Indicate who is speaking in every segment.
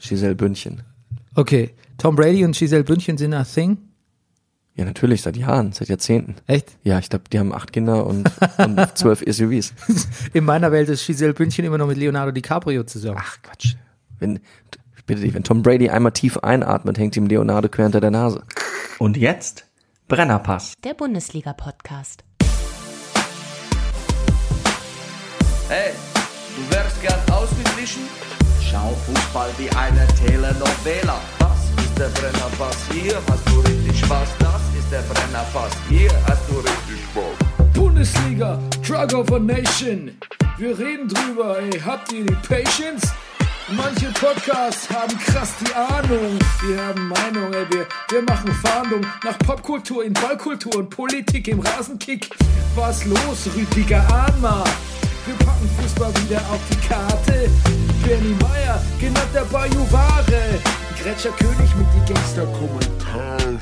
Speaker 1: Giselle Bündchen.
Speaker 2: Okay. Tom Brady und Giselle Bündchen sind a thing?
Speaker 1: Ja, natürlich, seit Jahren, seit Jahrzehnten.
Speaker 2: Echt?
Speaker 1: Ja, ich glaube, die haben acht Kinder und, und zwölf SUVs.
Speaker 2: In meiner Welt ist Giselle Bündchen immer noch mit Leonardo DiCaprio zusammen.
Speaker 1: Ach Quatsch. Wenn, ich bitte dich, wenn Tom Brady einmal tief einatmet, hängt ihm Leonardo quer hinter der Nase.
Speaker 3: Und jetzt Brennerpass.
Speaker 4: Der Bundesliga-Podcast.
Speaker 5: Hey, du wärst gern ausgeglichen? Schau Fußball wie eine Telenovela. Das ist der Brennerpass, hier hast du richtig Spaß. Das ist der Brennerpass, hier hast du richtig Spaß.
Speaker 6: Bundesliga, Drug of a Nation. Wir reden drüber, ey. Habt ihr die Patience? Manche Podcasts haben krass die Ahnung. Wir haben Meinung, ey. Wir, wir machen Fahndung nach Popkultur in Ballkultur und Politik im Rasenkick. Was los, Rüdiger Ahnma? Wir packen Fußball wieder auf die Karte. Benny Meyer, genannt der Bajuware. Gretscher König mit die Gangster-Kommentare.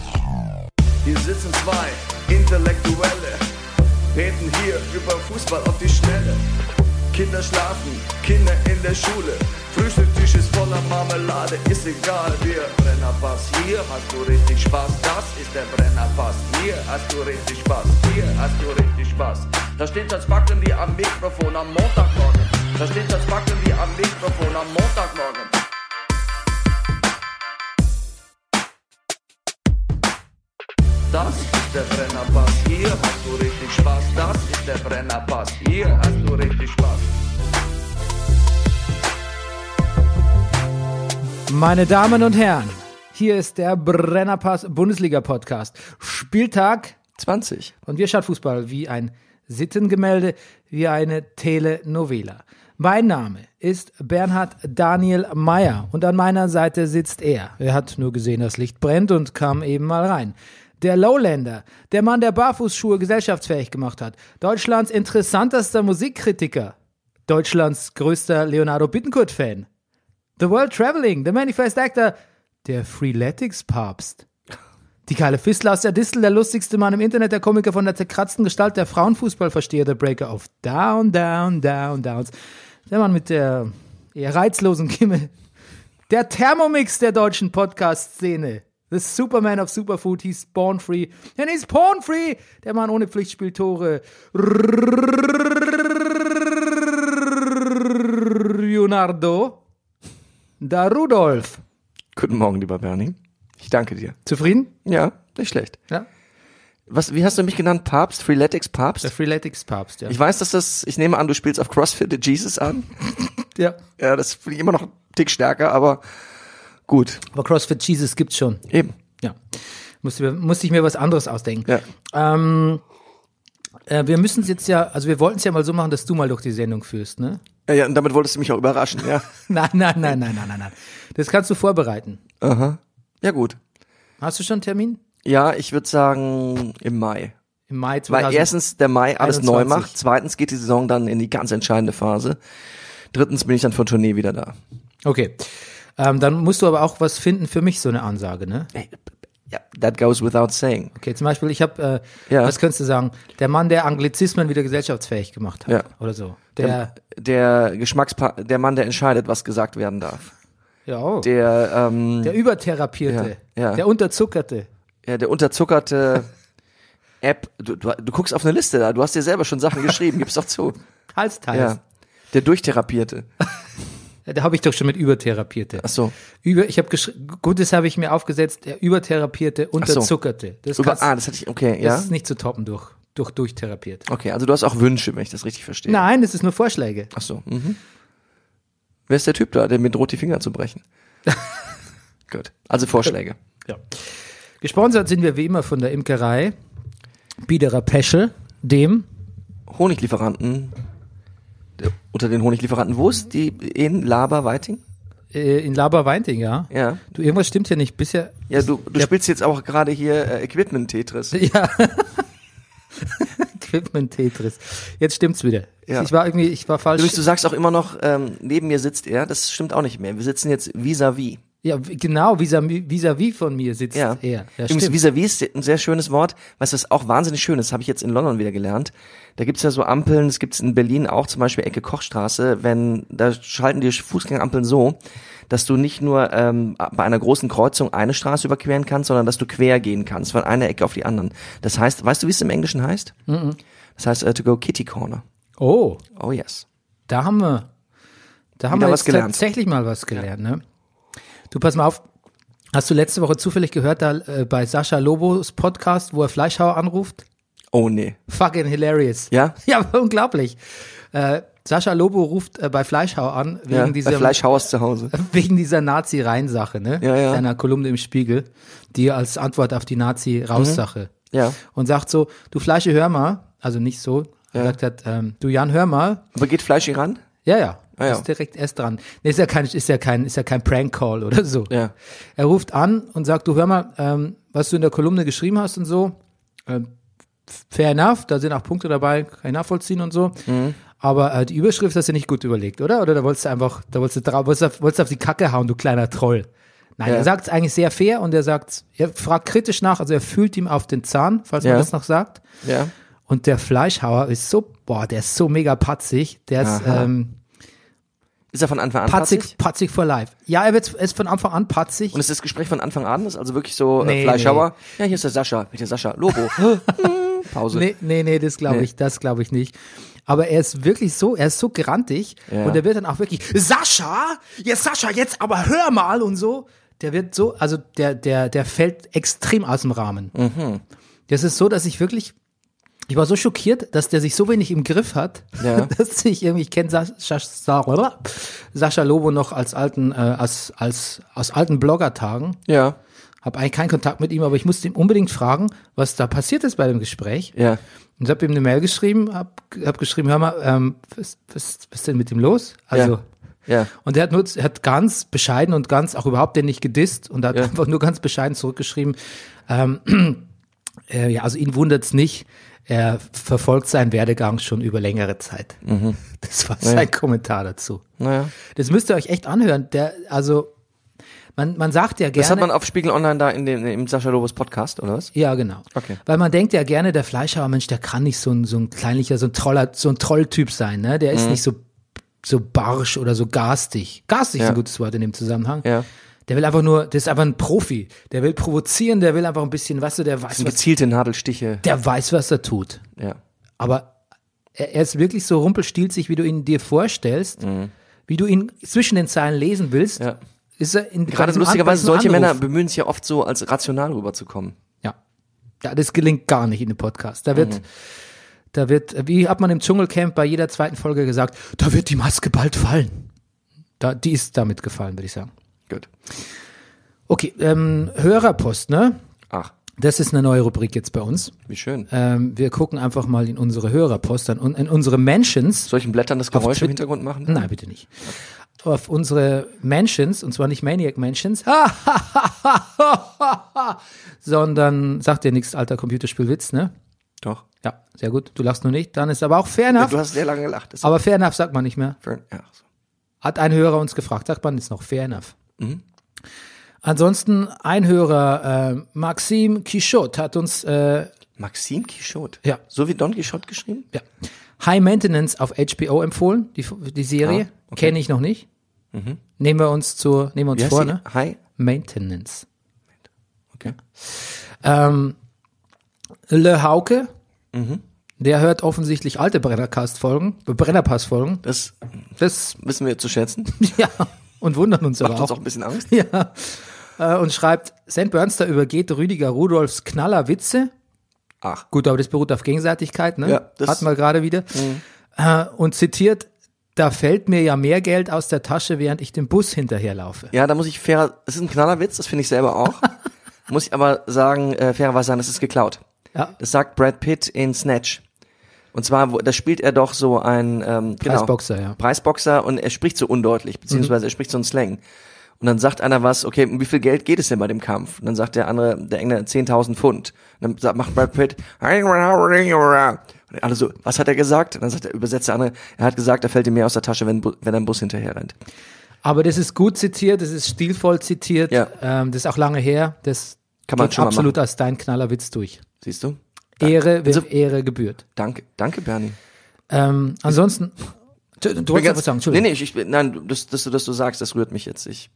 Speaker 5: Hier sitzen zwei Intellektuelle, reden hier über Fußball auf die Schnelle. Kinder schlafen, Kinder in der Schule. Frühstücktisch ist voller Marmelade, ist egal, wir Brennerpass. Hier hast du richtig Spaß, das ist der Brennerpass. Hier hast du richtig Spaß, hier hast du richtig Spaß. Da steht das Backen wie am Mikrofon am Montagmorgen. Da steht das Backen wie am Mikrofon am Montagmorgen. Das ist der Brennerpass, hier hast du richtig Spaß. Das ist der Brennerpass, hier hast du richtig Spaß.
Speaker 2: Meine Damen und Herren, hier ist der Brennerpass Bundesliga Podcast. Spieltag
Speaker 1: 20.
Speaker 2: und wir schaut Fußball wie ein Sittengemälde, wie eine Telenovela. Mein Name ist Bernhard Daniel Meyer und an meiner Seite sitzt er. Er hat nur gesehen, das Licht brennt und kam eben mal rein. Der Lowlander, der Mann, der Barfußschuhe gesellschaftsfähig gemacht hat. Deutschlands interessantester Musikkritiker. Deutschlands größter Leonardo Bittencourt-Fan. The World Traveling, The Manifest Actor, der Freeletics-Papst. Die Kalle Fissler aus der Distel, der lustigste Mann im Internet, der Komiker von der zerkratzten Gestalt, der Frauenfußballversteher, der Breaker of Down, Down, Down, Downs. Der Mann mit der eher reizlosen Kimmel. Der Thermomix der deutschen Podcast-Szene. The Superman of Superfood, he's born free. And he's porn free. Der Mann ohne Pflichtspieltore. Leonardo da Rudolf.
Speaker 1: Guten Morgen, lieber Bernie. Ich danke dir.
Speaker 2: Zufrieden?
Speaker 1: Ja, nicht schlecht.
Speaker 2: Ja.
Speaker 1: Was, wie hast du mich genannt? Papst? Freeletics
Speaker 2: Der
Speaker 1: Papst?
Speaker 2: Freeletics-Papst, ja.
Speaker 1: Ich weiß, dass das, ich nehme an, du spielst auf CrossFit the Jesus an.
Speaker 2: ja.
Speaker 1: Ja, das finde ich immer noch einen Tick stärker, aber gut.
Speaker 2: Aber CrossFit Jesus gibt's schon.
Speaker 1: Eben.
Speaker 2: Ja. Musste, mir- musste ich mir was anderes ausdenken.
Speaker 1: Ja.
Speaker 2: Ähm, äh, wir müssen es jetzt ja, also wir wollten es ja mal so machen, dass du mal durch die Sendung führst, ne?
Speaker 1: Ja, ja, und damit wolltest du mich auch überraschen, ja.
Speaker 2: Nein, nein, nein, nein, nein, nein, nein. Das kannst du vorbereiten.
Speaker 1: Ja, gut.
Speaker 2: Hast du schon einen Termin?
Speaker 1: Ja, ich würde sagen im Mai.
Speaker 2: Im Mai
Speaker 1: Weil
Speaker 2: 2000.
Speaker 1: erstens der Mai alles
Speaker 2: 21.
Speaker 1: neu macht, zweitens geht die Saison dann in die ganz entscheidende Phase. Drittens bin ich dann von Tournee wieder da.
Speaker 2: Okay. Ähm, dann musst du aber auch was finden für mich, so eine Ansage, ne?
Speaker 1: Ja, that goes without saying.
Speaker 2: Okay, zum Beispiel, ich habe, äh,
Speaker 1: Ja.
Speaker 2: was könntest du sagen? Der Mann, der Anglizismen wieder gesellschaftsfähig gemacht hat.
Speaker 1: Ja.
Speaker 2: Oder so. Der,
Speaker 1: Der Geschmackspa der Mann, der entscheidet, was gesagt werden darf.
Speaker 2: ja, oh. der,
Speaker 1: Der, ähm, der,
Speaker 2: Übertherapierte.
Speaker 1: Ja, ja.
Speaker 2: Der Unterzuckerte.
Speaker 1: ja, der unterzuckerte App. Du, du, du guckst auf eine Liste da, du hast dir selber schon Sachen geschrieben, gib's doch zu.
Speaker 2: Hals, Hals.
Speaker 1: Ja. Der Durchtherapierte.
Speaker 2: Da habe ich doch schon mit Übertherapierte.
Speaker 1: Ach so.
Speaker 2: Über, ich habe Gutes habe ich mir aufgesetzt, der übertherapierte,
Speaker 1: so.
Speaker 2: unterzuckerte. Das,
Speaker 1: Über,
Speaker 2: kannst-
Speaker 1: ah, das hatte ich, okay,
Speaker 2: das
Speaker 1: ja.
Speaker 2: ist nicht zu toppen durch, durch durchtherapiert.
Speaker 1: Okay, also du hast auch Wünsche, wenn ich das richtig verstehe.
Speaker 2: Nein, das ist nur Vorschläge.
Speaker 1: Ach so. Mhm. Wer ist der Typ da, der mir droht, die Finger zu brechen? Gut. Also Vorschläge.
Speaker 2: Ja. Gesponsert sind wir wie immer von der Imkerei Biederer Peschel, dem
Speaker 1: Honiglieferanten. Der- Unter den Honiglieferanten, wo ist die in Laber Weiting?
Speaker 2: äh, in Laberweinting, ja.
Speaker 1: Ja.
Speaker 2: Du, irgendwas stimmt hier nicht. Bisher,
Speaker 1: Ja, du, du spielst jetzt auch gerade hier äh, Equipment Tetris.
Speaker 2: ja. Equipment Tetris. Jetzt stimmt's wieder.
Speaker 1: Ja.
Speaker 2: Ich war irgendwie, ich war falsch.
Speaker 1: Du, du sagst auch immer noch, ähm, neben mir sitzt er, das stimmt auch nicht mehr. Wir sitzen jetzt vis-à-vis.
Speaker 2: Ja, w- genau, vis-à-vis vis-à-vis von mir sitzt
Speaker 1: Ja.
Speaker 2: er. Ja,
Speaker 1: Übrigens,
Speaker 2: stimmt.
Speaker 1: vis-à-vis ist ein sehr schönes Wort. Weißt du, was auch wahnsinnig schön ist, habe ich jetzt in London wieder gelernt. Da gibt's ja so Ampeln, es gibt's in Berlin auch, zum Beispiel Ecke Kochstraße, wenn, da schalten die Fußgängerampeln so, dass du nicht nur ähm, bei einer großen Kreuzung eine Straße überqueren kannst, sondern dass du quer gehen kannst, von einer Ecke auf die anderen. Das heißt, weißt du, wie es im Englischen heißt?
Speaker 2: Mhm.
Speaker 1: Das heißt äh, to go kitty corner.
Speaker 2: Oh,
Speaker 1: Oh yes.
Speaker 2: da haben wir, da haben
Speaker 1: Wieder
Speaker 2: wir
Speaker 1: was
Speaker 2: jetzt
Speaker 1: gelernt.
Speaker 2: tatsächlich mal was gelernt, ne? Du pass mal auf. Hast du letzte Woche zufällig gehört, da äh, bei Sascha Lobos Podcast, wo er Fleischhauer anruft?
Speaker 1: Oh nee.
Speaker 2: Fucking hilarious.
Speaker 1: Ja?
Speaker 2: Ja, unglaublich. Äh, Sascha Lobo ruft äh, bei Fleischhauer an, wegen
Speaker 1: Ja, bei
Speaker 2: dieser
Speaker 1: Fleischhauers zu Hause.
Speaker 2: wegen dieser Nazi-Rhein-Sache, ne?
Speaker 1: Ja, ja.
Speaker 2: Seiner Kolumne im Spiegel, die als Antwort auf die Nazi-Raus-Sache.
Speaker 1: Ja.
Speaker 2: Und sagt so, du Fleische, hör mal, also nicht so, er sagt hat, ähm, du Jan, hör mal,
Speaker 1: Aber geht Fleisch Iran?
Speaker 2: ja, ja,
Speaker 1: Ah, ja.
Speaker 2: ist direkt erst dran. Nee, ist ja kein, ist ja kein, ist ja kein Prank-Call oder so.
Speaker 1: Ja.
Speaker 2: Er ruft an und sagt, du hör mal, ähm, was du in der Kolumne geschrieben hast und so, ähm, fair enough, da sind auch Punkte dabei, kann ich nachvollziehen und so.
Speaker 1: Mhm.
Speaker 2: Aber äh, die Überschrift hast du nicht gut überlegt, oder? Oder da wolltest du einfach, da wolltest du, dra- wolltest du, auf, wolltest du auf die Kacke hauen, du kleiner Troll. Nein,
Speaker 1: Ja.
Speaker 2: er sagt es eigentlich sehr fair und er sagt, er fragt kritisch nach, also er fühlt ihm auf den Zahn, falls
Speaker 1: Ja.
Speaker 2: man das noch sagt.
Speaker 1: Ja.
Speaker 2: Und der Fleischhauer ist so, boah, der ist so mega patzig, der ist,
Speaker 1: Aha.
Speaker 2: ähm,
Speaker 1: Ist er von Anfang an patzig?
Speaker 2: patzig, patzig for life. Ja, er wird, er ist von Anfang an patzig.
Speaker 1: Und ist das Gespräch von Anfang an? Ist also wirklich so äh,
Speaker 2: Nee,
Speaker 1: Fleischhauer? Ja, hier ist der Sascha. Hier ist der Sascha. Lobo. Hm, Pause.
Speaker 2: Nee, nee, nee, das glaube
Speaker 1: Nee.
Speaker 2: ich, das glaube ich nicht. Aber er ist wirklich so, er ist so grantig
Speaker 1: Ja.
Speaker 2: und er wird dann auch wirklich, Sascha, jetzt Sascha, jetzt aber hör mal und so. Der wird so, also der, der, der fällt extrem aus dem Rahmen.
Speaker 1: Mhm.
Speaker 2: Das ist so, dass ich wirklich, ich war so schockiert, dass der sich so wenig im Griff hat,
Speaker 1: Ja.
Speaker 2: dass ich irgendwie, ich kenne Sascha, Sascha, Sascha Lobo noch als alten, äh, als, als, aus alten Bloggertagen.
Speaker 1: Ja,
Speaker 2: Habe eigentlich keinen Kontakt mit ihm, aber ich musste ihm unbedingt fragen, was da passiert ist bei dem Gespräch.
Speaker 1: ja.
Speaker 2: Und hab ihm eine Mail geschrieben, hab, hab geschrieben, hör mal, ähm, was, was, was ist denn mit ihm los? Also,
Speaker 1: Ja. Ja.
Speaker 2: und er hat nur, er hat ganz bescheiden und ganz, auch überhaupt den nicht gedisst und hat
Speaker 1: Ja.
Speaker 2: einfach nur ganz bescheiden zurückgeschrieben, ähm, äh, ja, also ihn wundert's nicht, er verfolgt seinen Werdegang schon über längere Zeit.
Speaker 1: Mhm.
Speaker 2: Das war sein Kommentar dazu.
Speaker 1: Naja.
Speaker 2: Das müsst ihr euch echt anhören, der, also, man, man sagt ja gerne.
Speaker 1: Das hat man auf Spiegel Online da in dem, im Sascha Lobos Podcast, oder was?
Speaker 2: Ja, genau.
Speaker 1: Okay.
Speaker 2: Weil man denkt ja gerne, der Fleischhauer, Mensch, der kann nicht so ein, so ein kleinlicher, so ein Troller, so ein Trolltyp sein, ne? Der ist
Speaker 1: Mhm.
Speaker 2: nicht so, so barsch oder so garstig. Garstig ist
Speaker 1: Ja.
Speaker 2: ein gutes Wort in dem Zusammenhang.
Speaker 1: Ja.
Speaker 2: Der will einfach nur, der ist einfach ein Profi. Der will provozieren, der will einfach ein bisschen, weißt du, der weiß, was,
Speaker 1: Gezielte Nadelstiche.
Speaker 2: der weiß, was er tut.
Speaker 1: Ja.
Speaker 2: Aber er, er ist wirklich so rumpelstilzig, wie du ihn dir vorstellst, wie du ihn zwischen den Zeilen lesen willst.
Speaker 1: Mhm. Ja.
Speaker 2: Ist er in, bei
Speaker 1: Gerade
Speaker 2: diesem An- bei
Speaker 1: lustigerweise,
Speaker 2: diesem
Speaker 1: solche
Speaker 2: Anruf.
Speaker 1: Männer bemühen sich ja oft so, als rational rüberzukommen.
Speaker 2: Ja. ja. Das gelingt gar nicht in dem Podcast. Da
Speaker 1: Mhm.
Speaker 2: wird, da wird, wie hat man im Dschungelcamp bei jeder zweiten Folge gesagt, da wird die Maske bald fallen. Da, die ist damit gefallen, würde ich sagen.
Speaker 1: Gut.
Speaker 2: Okay, ähm, Hörerpost, ne?
Speaker 1: Ach,
Speaker 2: Das ist eine neue Rubrik jetzt bei uns.
Speaker 1: wie schön.
Speaker 2: Ähm, wir gucken einfach mal in unsere Hörerpost, an, un- in unsere Mentions.
Speaker 1: Soll ich den Blättern das Geräusch
Speaker 2: Twitter- Hm.
Speaker 1: im Hintergrund machen?
Speaker 2: Nein, bitte nicht. Auf unsere Mentions, und zwar nicht Maniac Mentions, sondern, sagt dir nichts, alter Computerspielwitz, ne?
Speaker 1: Doch.
Speaker 2: Ja, sehr gut. Du lachst nur nicht. Dann ist aber auch fair
Speaker 1: Ja,
Speaker 2: enough.
Speaker 1: du hast sehr lange gelacht. Das
Speaker 2: aber fair enough sagt man nicht mehr.
Speaker 1: Fern- ja, so.
Speaker 2: Hat ein Hörer uns gefragt. Sagt man jetzt noch fair enough.
Speaker 1: Mhm.
Speaker 2: Ansonsten ein Hörer, äh, Maxim Quichotte, hat uns äh,
Speaker 1: Maxim Quichotte.
Speaker 2: Ja.
Speaker 1: So wie Don Quixote geschrieben?
Speaker 2: ja, High Maintenance auf HBO empfohlen, die, die Serie.
Speaker 1: Ah, okay. Mhm.
Speaker 2: Kenne ich noch nicht. Nehmen wir uns zur, nehmen wir uns
Speaker 1: Wie heißt
Speaker 2: vor,
Speaker 1: die?
Speaker 2: ne?
Speaker 1: Hi.
Speaker 2: Maintenance.
Speaker 1: Okay.
Speaker 2: Ähm, Le Hauke,
Speaker 1: Mhm.
Speaker 2: der hört offensichtlich alte Brennercast-Folgen, Brennerpass-Folgen.
Speaker 1: Das
Speaker 2: Das,
Speaker 1: wissen wir zu schätzen.
Speaker 2: ja, und wundern uns aber
Speaker 1: Macht
Speaker 2: auch.
Speaker 1: uns auch ein bisschen Angst.
Speaker 2: Ja. Äh, und schreibt, St. Bernster übergeht Rüdiger Rudolfs Knaller Witze.
Speaker 1: Ach.
Speaker 2: Gut, aber das beruht auf Gegenseitigkeit, ne?
Speaker 1: Ja, das- Mhm.
Speaker 2: Hatten wir gerade wieder. Äh, und zitiert, da fällt mir ja mehr Geld aus der Tasche, während ich dem Bus hinterherlaufe.
Speaker 1: Ja, da muss ich fair, es ist ein Knallerwitz, das finde ich selber auch. muss ich aber sagen, äh, fairerweise sagen, das ist geklaut.
Speaker 2: Ja.
Speaker 1: Das sagt Brad Pitt in Snatch. Und zwar, wo, da spielt er doch so ein ähm, genau,
Speaker 2: Preisboxer, ja. Mhm.
Speaker 1: Preisboxer und er spricht so undeutlich, beziehungsweise er spricht so einen Slang. Und dann sagt einer was, okay, um wie viel Geld geht es denn bei dem Kampf? Und dann sagt der andere, der Engländer, 10.000 Pfund. Und dann sagt, macht Brad Pitt, und alle so, was hat er gesagt? Und dann sagt der Übersetzer andere, er hat gesagt, er fällt ihm mehr aus der Tasche, wenn, Bu- wenn ein Bus hinterher rennt.
Speaker 2: Aber das ist gut zitiert, das ist stilvoll zitiert,
Speaker 1: Ja.
Speaker 2: ähm, das ist auch lange her, das
Speaker 1: Kann man
Speaker 2: geht
Speaker 1: schon mal
Speaker 2: absolut als dein Knallerwitz durch.
Speaker 1: Siehst du?
Speaker 2: Ehre, wird
Speaker 1: Also-
Speaker 2: Ehre gebührt.
Speaker 1: Danke, danke, Bernie.
Speaker 2: Ähm, ansonsten, du, du wolltest etwas sagen,
Speaker 1: nee,
Speaker 2: Entschuldigung.
Speaker 1: nee, ich, ich, nein, das, dass du das so sagst, das rührt mich jetzt. Ich,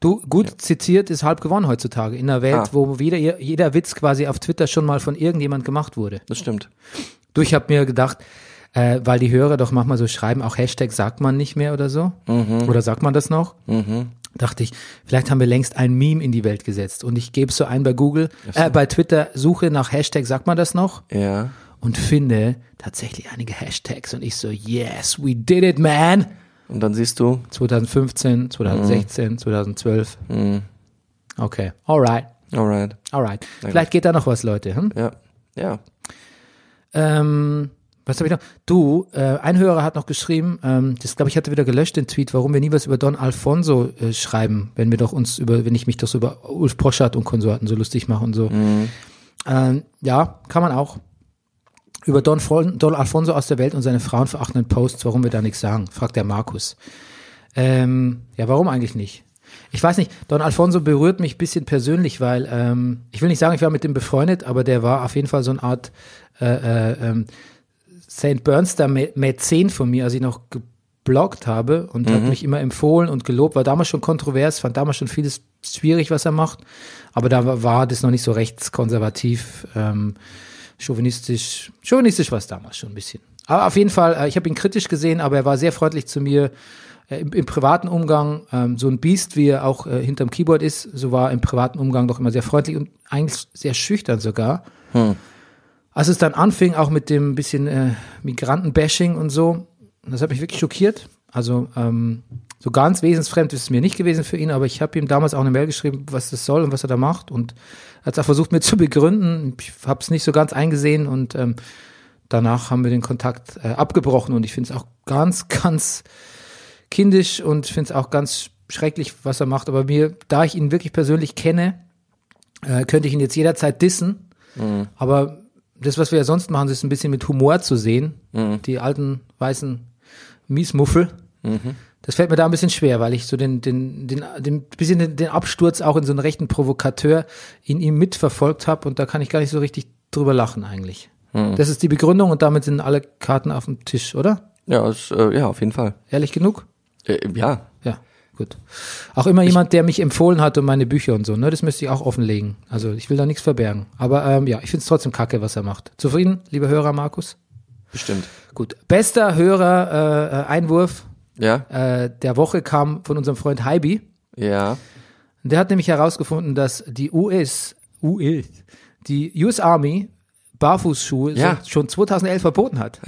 Speaker 2: Du, gut zitiert ist halb gewonnen heutzutage in einer Welt,
Speaker 1: Ah.
Speaker 2: wo jeder, jeder Witz quasi auf Twitter schon mal von irgendjemand gemacht wurde.
Speaker 1: das stimmt.
Speaker 2: Du, ich habe mir gedacht, äh, weil die Hörer doch manchmal so schreiben, auch Hashtag sagt man nicht mehr oder so. Oder sagt man das noch? Dachte ich, vielleicht haben wir längst ein Meme in die Welt gesetzt. Und ich gebe so ein bei Google, äh, bei Twitter, suche nach Hashtag sagt man das noch
Speaker 1: Ja.
Speaker 2: und finde tatsächlich einige Hashtags. Und ich so, yes, we did it, man.
Speaker 1: Und dann siehst du,
Speaker 2: 2015, 2016, 2012. Okay, alright,
Speaker 1: alright.
Speaker 2: alright. Vielleicht geht da noch was, Leute. Hm?
Speaker 1: Ja. Ja.
Speaker 2: Ähm, was habe ich noch? Du, äh, ein Hörer hat noch geschrieben, ähm, das glaube ich hatte wieder gelöscht den Tweet, warum wir nie was über Don Alfonso äh, schreiben, wenn wir doch uns über, wenn ich mich doch so über Ulf Poschardt und Konsorten so lustig mache und so. Ähm, ja, kann man auch. Über Don, Fol Don Alfonso aus der Welt und seine frauenverachtenden Posts, warum wir da nichts sagen, fragt der Markus. Ähm, ja, warum eigentlich nicht? Ich weiß nicht, Don Alfonso berührt mich ein bisschen persönlich, weil ähm, ich will nicht sagen, ich war mit dem befreundet, aber der war auf jeden Fall so eine Art äh, äh, ähm, St. Bernster Mä- Mäzen von mir, als ich noch gebloggt habe und hat mich immer empfohlen und gelobt, war damals schon kontrovers, fand damals schon vieles schwierig, was er macht, aber da war- war das noch nicht so rechtskonservativ, ähm, chauvinistisch, chauvinistisch war es damals schon ein bisschen. Aber auf jeden Fall, äh, ich habe ihn kritisch gesehen, aber er war sehr freundlich zu mir, äh, im, im privaten Umgang ähm, so ein Biest, wie er auch äh, hinterm Keyboard ist, so war er im privaten Umgang doch immer sehr freundlich und eigentlich sehr schüchtern sogar. Als es dann anfing, auch mit dem bisschen äh, Migrantenbashing und so, das hat mich wirklich schockiert. Also ähm, so ganz wesensfremd ist es mir nicht gewesen für ihn, aber ich habe ihm damals auch eine Mail geschrieben, was das soll und was er da macht und er hat es auch versucht mir zu begründen. Ich habe es nicht so ganz eingesehen und ähm, danach haben wir den Kontakt äh, abgebrochen und ich finde es auch ganz, ganz kindisch und finde es auch ganz schrecklich, was er macht. Aber mir, da ich ihn wirklich persönlich kenne, äh, könnte ich ihn jetzt jederzeit dissen. Aber das, was wir ja sonst machen, ist ein bisschen mit Humor zu sehen. Die alten weißen Miesmuffel. Das fällt mir da ein bisschen schwer, weil ich so den, den, den, den bisschen den, den Absturz auch in so einen rechten Provokateur in ihm mitverfolgt habe und da kann ich gar nicht so richtig drüber lachen eigentlich. Das ist die Begründung und damit sind alle Karten auf dem Tisch, oder?
Speaker 1: Ja, ist, äh, ja auf jeden Fall.
Speaker 2: Ehrlich genug?
Speaker 1: Äh, ja.
Speaker 2: Ja, gut. Auch immer jemand, der mich empfohlen hat und meine Bücher und so, ne? Das müsste ich auch offenlegen. Also ich will da nichts verbergen. Aber ähm, ja, ich find's trotzdem kacke, was er macht. Zufrieden, lieber Hörer Markus?
Speaker 1: Bestimmt.
Speaker 2: Gut. Bester Hörer äh, äh, Einwurf
Speaker 1: Ja.
Speaker 2: äh, der Woche kam von unserem Freund Heibi.
Speaker 1: Ja.
Speaker 2: Der hat nämlich herausgefunden, dass die US, US die US Army Barfußschuhe
Speaker 1: Ja.
Speaker 2: so- schon 2011 verboten hat.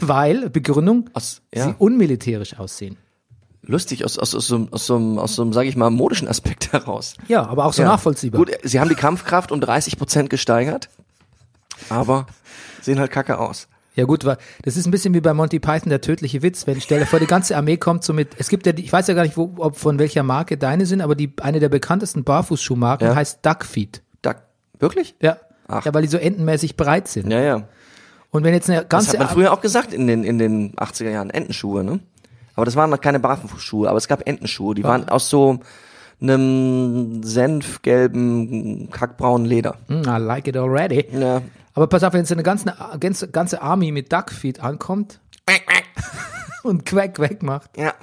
Speaker 2: Weil, Begründung,
Speaker 1: Aus, ja.
Speaker 2: sie unmilitärisch aussehen.
Speaker 1: Lustig, aus, aus, aus, so, einem- aus, so, einem- aus so einem, sag ich mal, modischen Aspekt heraus.
Speaker 2: Ja, aber auch so nachvollziehbar.
Speaker 1: Gut, äh, sie haben die Kampfkraft um 30 Prozent gesteigert, aber sehen halt kacke aus.
Speaker 2: Ja gut, weil das ist ein bisschen wie bei Monty Python der tödliche Witz, wenn stell dir vor, die ganze Armee kommt so mit, es gibt ja, die, ich weiß ja gar nicht, wo, ob von welcher Marke deine sind, aber die eine der bekanntesten Barfußschuhmarken
Speaker 1: Ja.
Speaker 2: heißt Duckfeet.
Speaker 1: Da, wirklich?
Speaker 2: Ja.
Speaker 1: Ach.
Speaker 2: Ja, weil die so entenmäßig breit sind.
Speaker 1: Ja, ja.
Speaker 2: Und wenn jetzt eine
Speaker 1: Das
Speaker 2: ganze
Speaker 1: hat man
Speaker 2: Ar-
Speaker 1: früher auch gesagt in den, in den 80er Jahren, Entenschuhe, ne? Aber das waren noch keine Barfußschuhe, aber es gab Entenschuhe, die waren aus so einem senfgelben, kackbraunen Leder.
Speaker 2: Hm, I like it already.
Speaker 1: Ja.
Speaker 2: Aber pass auf, wenn jetzt eine ganze, ganze, ganze Army mit Duckfeet ankommt und quack quack macht.
Speaker 1: Ja.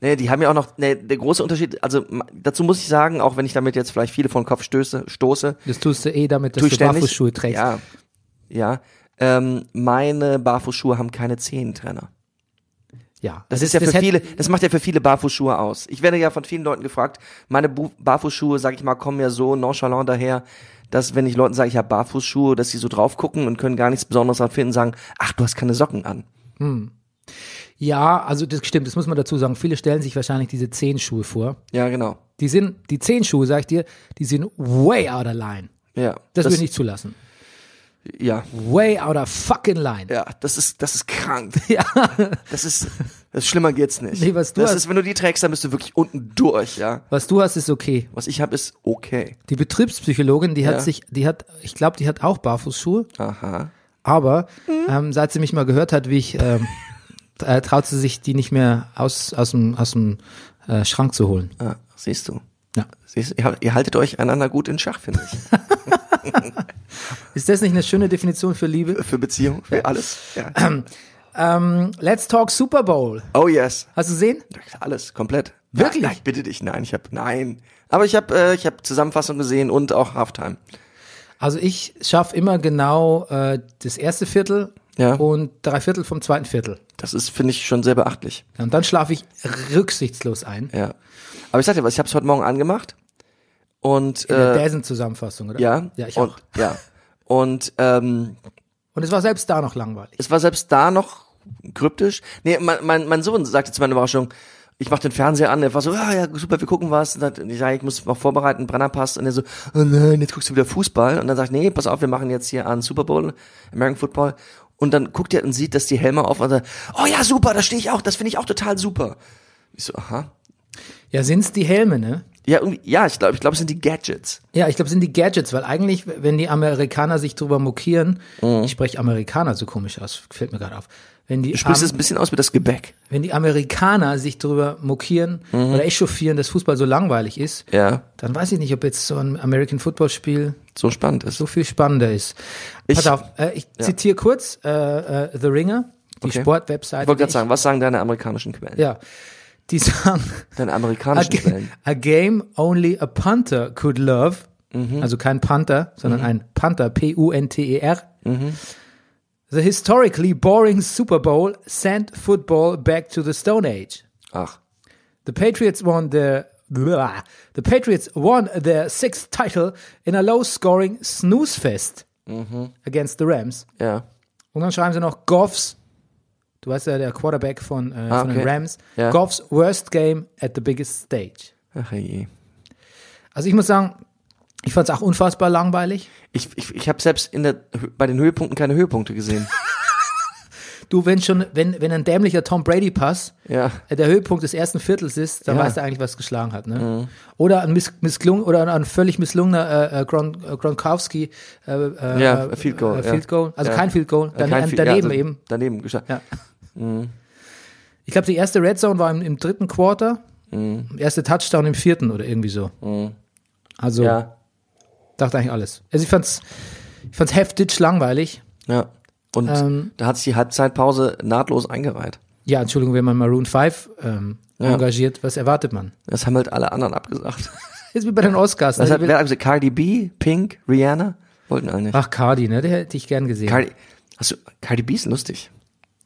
Speaker 1: Nee, die haben ja auch noch, nee, der große Unterschied, also ma- dazu muss ich sagen, auch wenn ich damit jetzt vielleicht viele vor den Kopf stöße, stoße,
Speaker 2: Das tust du eh damit, dass
Speaker 1: tue ich
Speaker 2: du
Speaker 1: ständig.
Speaker 2: Barfußschuhe trägst.
Speaker 1: Ja. Ja. Ähm, meine Barfußschuhe haben keine Zehentrenner.
Speaker 2: ja. Also
Speaker 1: Das, ist ja für
Speaker 2: hätte-
Speaker 1: viele, das macht ja für viele Barfußschuhe aus. Ich werde ja von vielen Leuten gefragt, meine Bu Barfußschuhe, sag ich mal, kommen ja so nonchalant daher, dass wenn ich Leuten sage, ich habe Barfußschuhe, dass sie so drauf gucken und können gar nichts Besonderes dran finden, sagen, ach, du hast keine Socken an.
Speaker 2: Ja, also das stimmt, das muss man dazu sagen. Viele stellen sich wahrscheinlich diese Zehenschuhe vor.
Speaker 1: Ja, genau.
Speaker 2: Die sind, die Zehenschuhe, sag ich dir, die sind way out of line.
Speaker 1: Ja.
Speaker 2: Das, will ich nicht zulassen.
Speaker 1: Ja.
Speaker 2: Way out of fucking line.
Speaker 1: Ja, das ist, das ist krank.
Speaker 2: Ja.
Speaker 1: Das ist, das schlimmer geht's nicht.
Speaker 2: Nee, was du
Speaker 1: das
Speaker 2: hast-
Speaker 1: ist, wenn du die trägst, dann bist du wirklich unten durch, ja.
Speaker 2: Was du hast, ist okay.
Speaker 1: Was ich habe, ist okay.
Speaker 2: Die Betriebspsychologin, die
Speaker 1: Ja.
Speaker 2: hat sich, die hat, ich glaube, die hat auch Barfußschuhe,
Speaker 1: Aha.
Speaker 2: Mhm. aber ähm, seit sie mich mal gehört hat, wie ich ähm, äh, traut sie sich, die nicht mehr aus, aus dem, aus dem äh, Schrank zu holen.
Speaker 1: Ah, siehst du.
Speaker 2: Ja.
Speaker 1: Siehst du, ihr, habt- ihr haltet euch einander gut in Schach, finde ich.
Speaker 2: Ist das nicht eine schöne Definition für Liebe?
Speaker 1: Für Beziehung, für alles. Ja.
Speaker 2: Ähm, let's talk Super Bowl.
Speaker 1: Oh yes.
Speaker 2: Hast du gesehen?
Speaker 1: Alles, komplett.
Speaker 2: Wirklich?
Speaker 1: Nein, nein, bitte dich, nein, ich habe nein. Aber ich habe äh, ich habe Zusammenfassung gesehen und auch Halftime.
Speaker 2: Also ich schaffe immer genau äh, das erste Viertel
Speaker 1: Ja.
Speaker 2: und drei Viertel vom zweiten Viertel.
Speaker 1: Das ist finde ich schon sehr beachtlich.
Speaker 2: Ja, Und dann schlafe ich rücksichtslos ein.
Speaker 1: Ja. Aber ich sag dir was, ich habe es heute morgen angemacht und
Speaker 2: In der
Speaker 1: äh,
Speaker 2: Dazen-Zusammenfassung, oder?
Speaker 1: ja,
Speaker 2: Ja, ich
Speaker 1: und,
Speaker 2: auch.
Speaker 1: ja. Und ähm,
Speaker 2: Und es war selbst da noch langweilig.
Speaker 1: es war selbst da noch kryptisch. Nee, mein, mein, mein Sohn sagte zu meiner Überraschung, ich mach den Fernseher an, er war so, ah, ja, super, wir gucken was. Und dann- und ich sage, ich muss mal vorbereiten, Brennerpass. Und er so, oh nein, jetzt guckst du wieder Fußball. Und dann sagt, nee, pass auf, wir machen jetzt hier an Super Bowl, American Football. Und dann guckt er und sieht, dass die Helme auf und sagt, oh ja, super, da stehe ich auch, das finde ich auch total super. Ich so, aha.
Speaker 2: Ja, sind's die Helme, ne?
Speaker 1: Ja, irgendwie, ja, ich glaube, ich glaube, es sind die Gadgets.
Speaker 2: Ja, ich glaube, sind die Gadgets, weil eigentlich, wenn die Amerikaner sich drüber mokieren,
Speaker 1: Mhm.
Speaker 2: ich spreche Amerikaner so komisch aus, fällt mir gerade auf. Wenn die,
Speaker 1: Du sprichst
Speaker 2: Am-
Speaker 1: es ein bisschen aus wie das Gebäck.
Speaker 2: wenn die Amerikaner sich drüber mokieren
Speaker 1: Mhm.
Speaker 2: oder echauffieren, dass Fußball so langweilig ist,
Speaker 1: Ja,
Speaker 2: dann weiß ich nicht, ob jetzt so ein American Football Spiel
Speaker 1: so spannend ist.
Speaker 2: so viel spannender ist.
Speaker 1: Ich-
Speaker 2: Pass auf, äh, ich zitiere kurz äh, äh, The Ringer, die
Speaker 1: Okay.
Speaker 2: Sportwebseite.
Speaker 1: Ich wollte
Speaker 2: die
Speaker 1: gerade sagen, was sagen deine amerikanischen Quellen?
Speaker 2: Ja, die sagen,
Speaker 1: Deine
Speaker 2: a,
Speaker 1: amerikanischen
Speaker 2: ga-
Speaker 1: Quellen.
Speaker 2: a game only a punter could love. Also kein Panther, sondern ein Panther, P-U-N-T-E-R. E The historically boring Super Bowl sent football back to the Stone Age.
Speaker 1: Ach.
Speaker 2: The Patriots won their blah. The Patriots won their sixth title in a low-scoring snooze fest against the Rams.
Speaker 1: Ja.
Speaker 2: Und dann schreiben sie noch Goffs, du weißt ja, der Quarterback von, äh,
Speaker 1: Ah,
Speaker 2: von den
Speaker 1: okay.
Speaker 2: Rams,
Speaker 1: Ja.
Speaker 2: Goffs worst game at the biggest stage.
Speaker 1: Ach je.
Speaker 2: Also ich muss sagen, ich fand es auch unfassbar langweilig.
Speaker 1: Ich, ich, ich habe selbst in der, bei den Höhepunkten keine Höhepunkte gesehen.
Speaker 2: Du, wenn schon, wenn, wenn ein dämlicher Tom Brady-Pass
Speaker 1: Ja.
Speaker 2: äh, der Höhepunkt des ersten Viertels ist, dann
Speaker 1: Ja. Mhm.
Speaker 2: weißt du eigentlich, was geschlagen hat. Ne? Oder ein miss, misslungen, oder ein völlig misslungener äh, äh, Gron, äh, Gronkowski äh, äh,
Speaker 1: Ja,
Speaker 2: äh,
Speaker 1: Field Goal,
Speaker 2: äh,
Speaker 1: ja.
Speaker 2: Field Goal. Also
Speaker 1: Ja.
Speaker 2: kein Field Goal,
Speaker 1: Äh,
Speaker 2: dann,
Speaker 1: kein viel-
Speaker 2: daneben
Speaker 1: ja, also
Speaker 2: eben.
Speaker 1: Daneben geschlagen.
Speaker 2: Ja. Ich glaube, die erste Red Zone war im, im dritten Quarter,
Speaker 1: Mhm.
Speaker 2: erste Touchdown im vierten oder irgendwie so. Also
Speaker 1: Ja.
Speaker 2: dachte eigentlich alles. Also ich fand's, ich fand's heftig langweilig.
Speaker 1: ja. Und
Speaker 2: Ähm.
Speaker 1: da hat sich die Halbzeitpause nahtlos eingereiht.
Speaker 2: Ja, Entschuldigung, wenn man Maroon 5 ähm,
Speaker 1: Ja.
Speaker 2: engagiert, was erwartet man?
Speaker 1: Das haben halt alle anderen abgesagt.
Speaker 2: Ist wie bei den Oscars. Ne?
Speaker 1: Das
Speaker 2: Die
Speaker 1: hat,
Speaker 2: Also will-
Speaker 1: wer hat gesagt? Cardi B, Pink, Rihanna? Wollten alle nicht.
Speaker 2: Ach, Cardi, ne? Der hätte ich gern gesehen.
Speaker 1: Cardi, hast du, Cardi B ist lustig.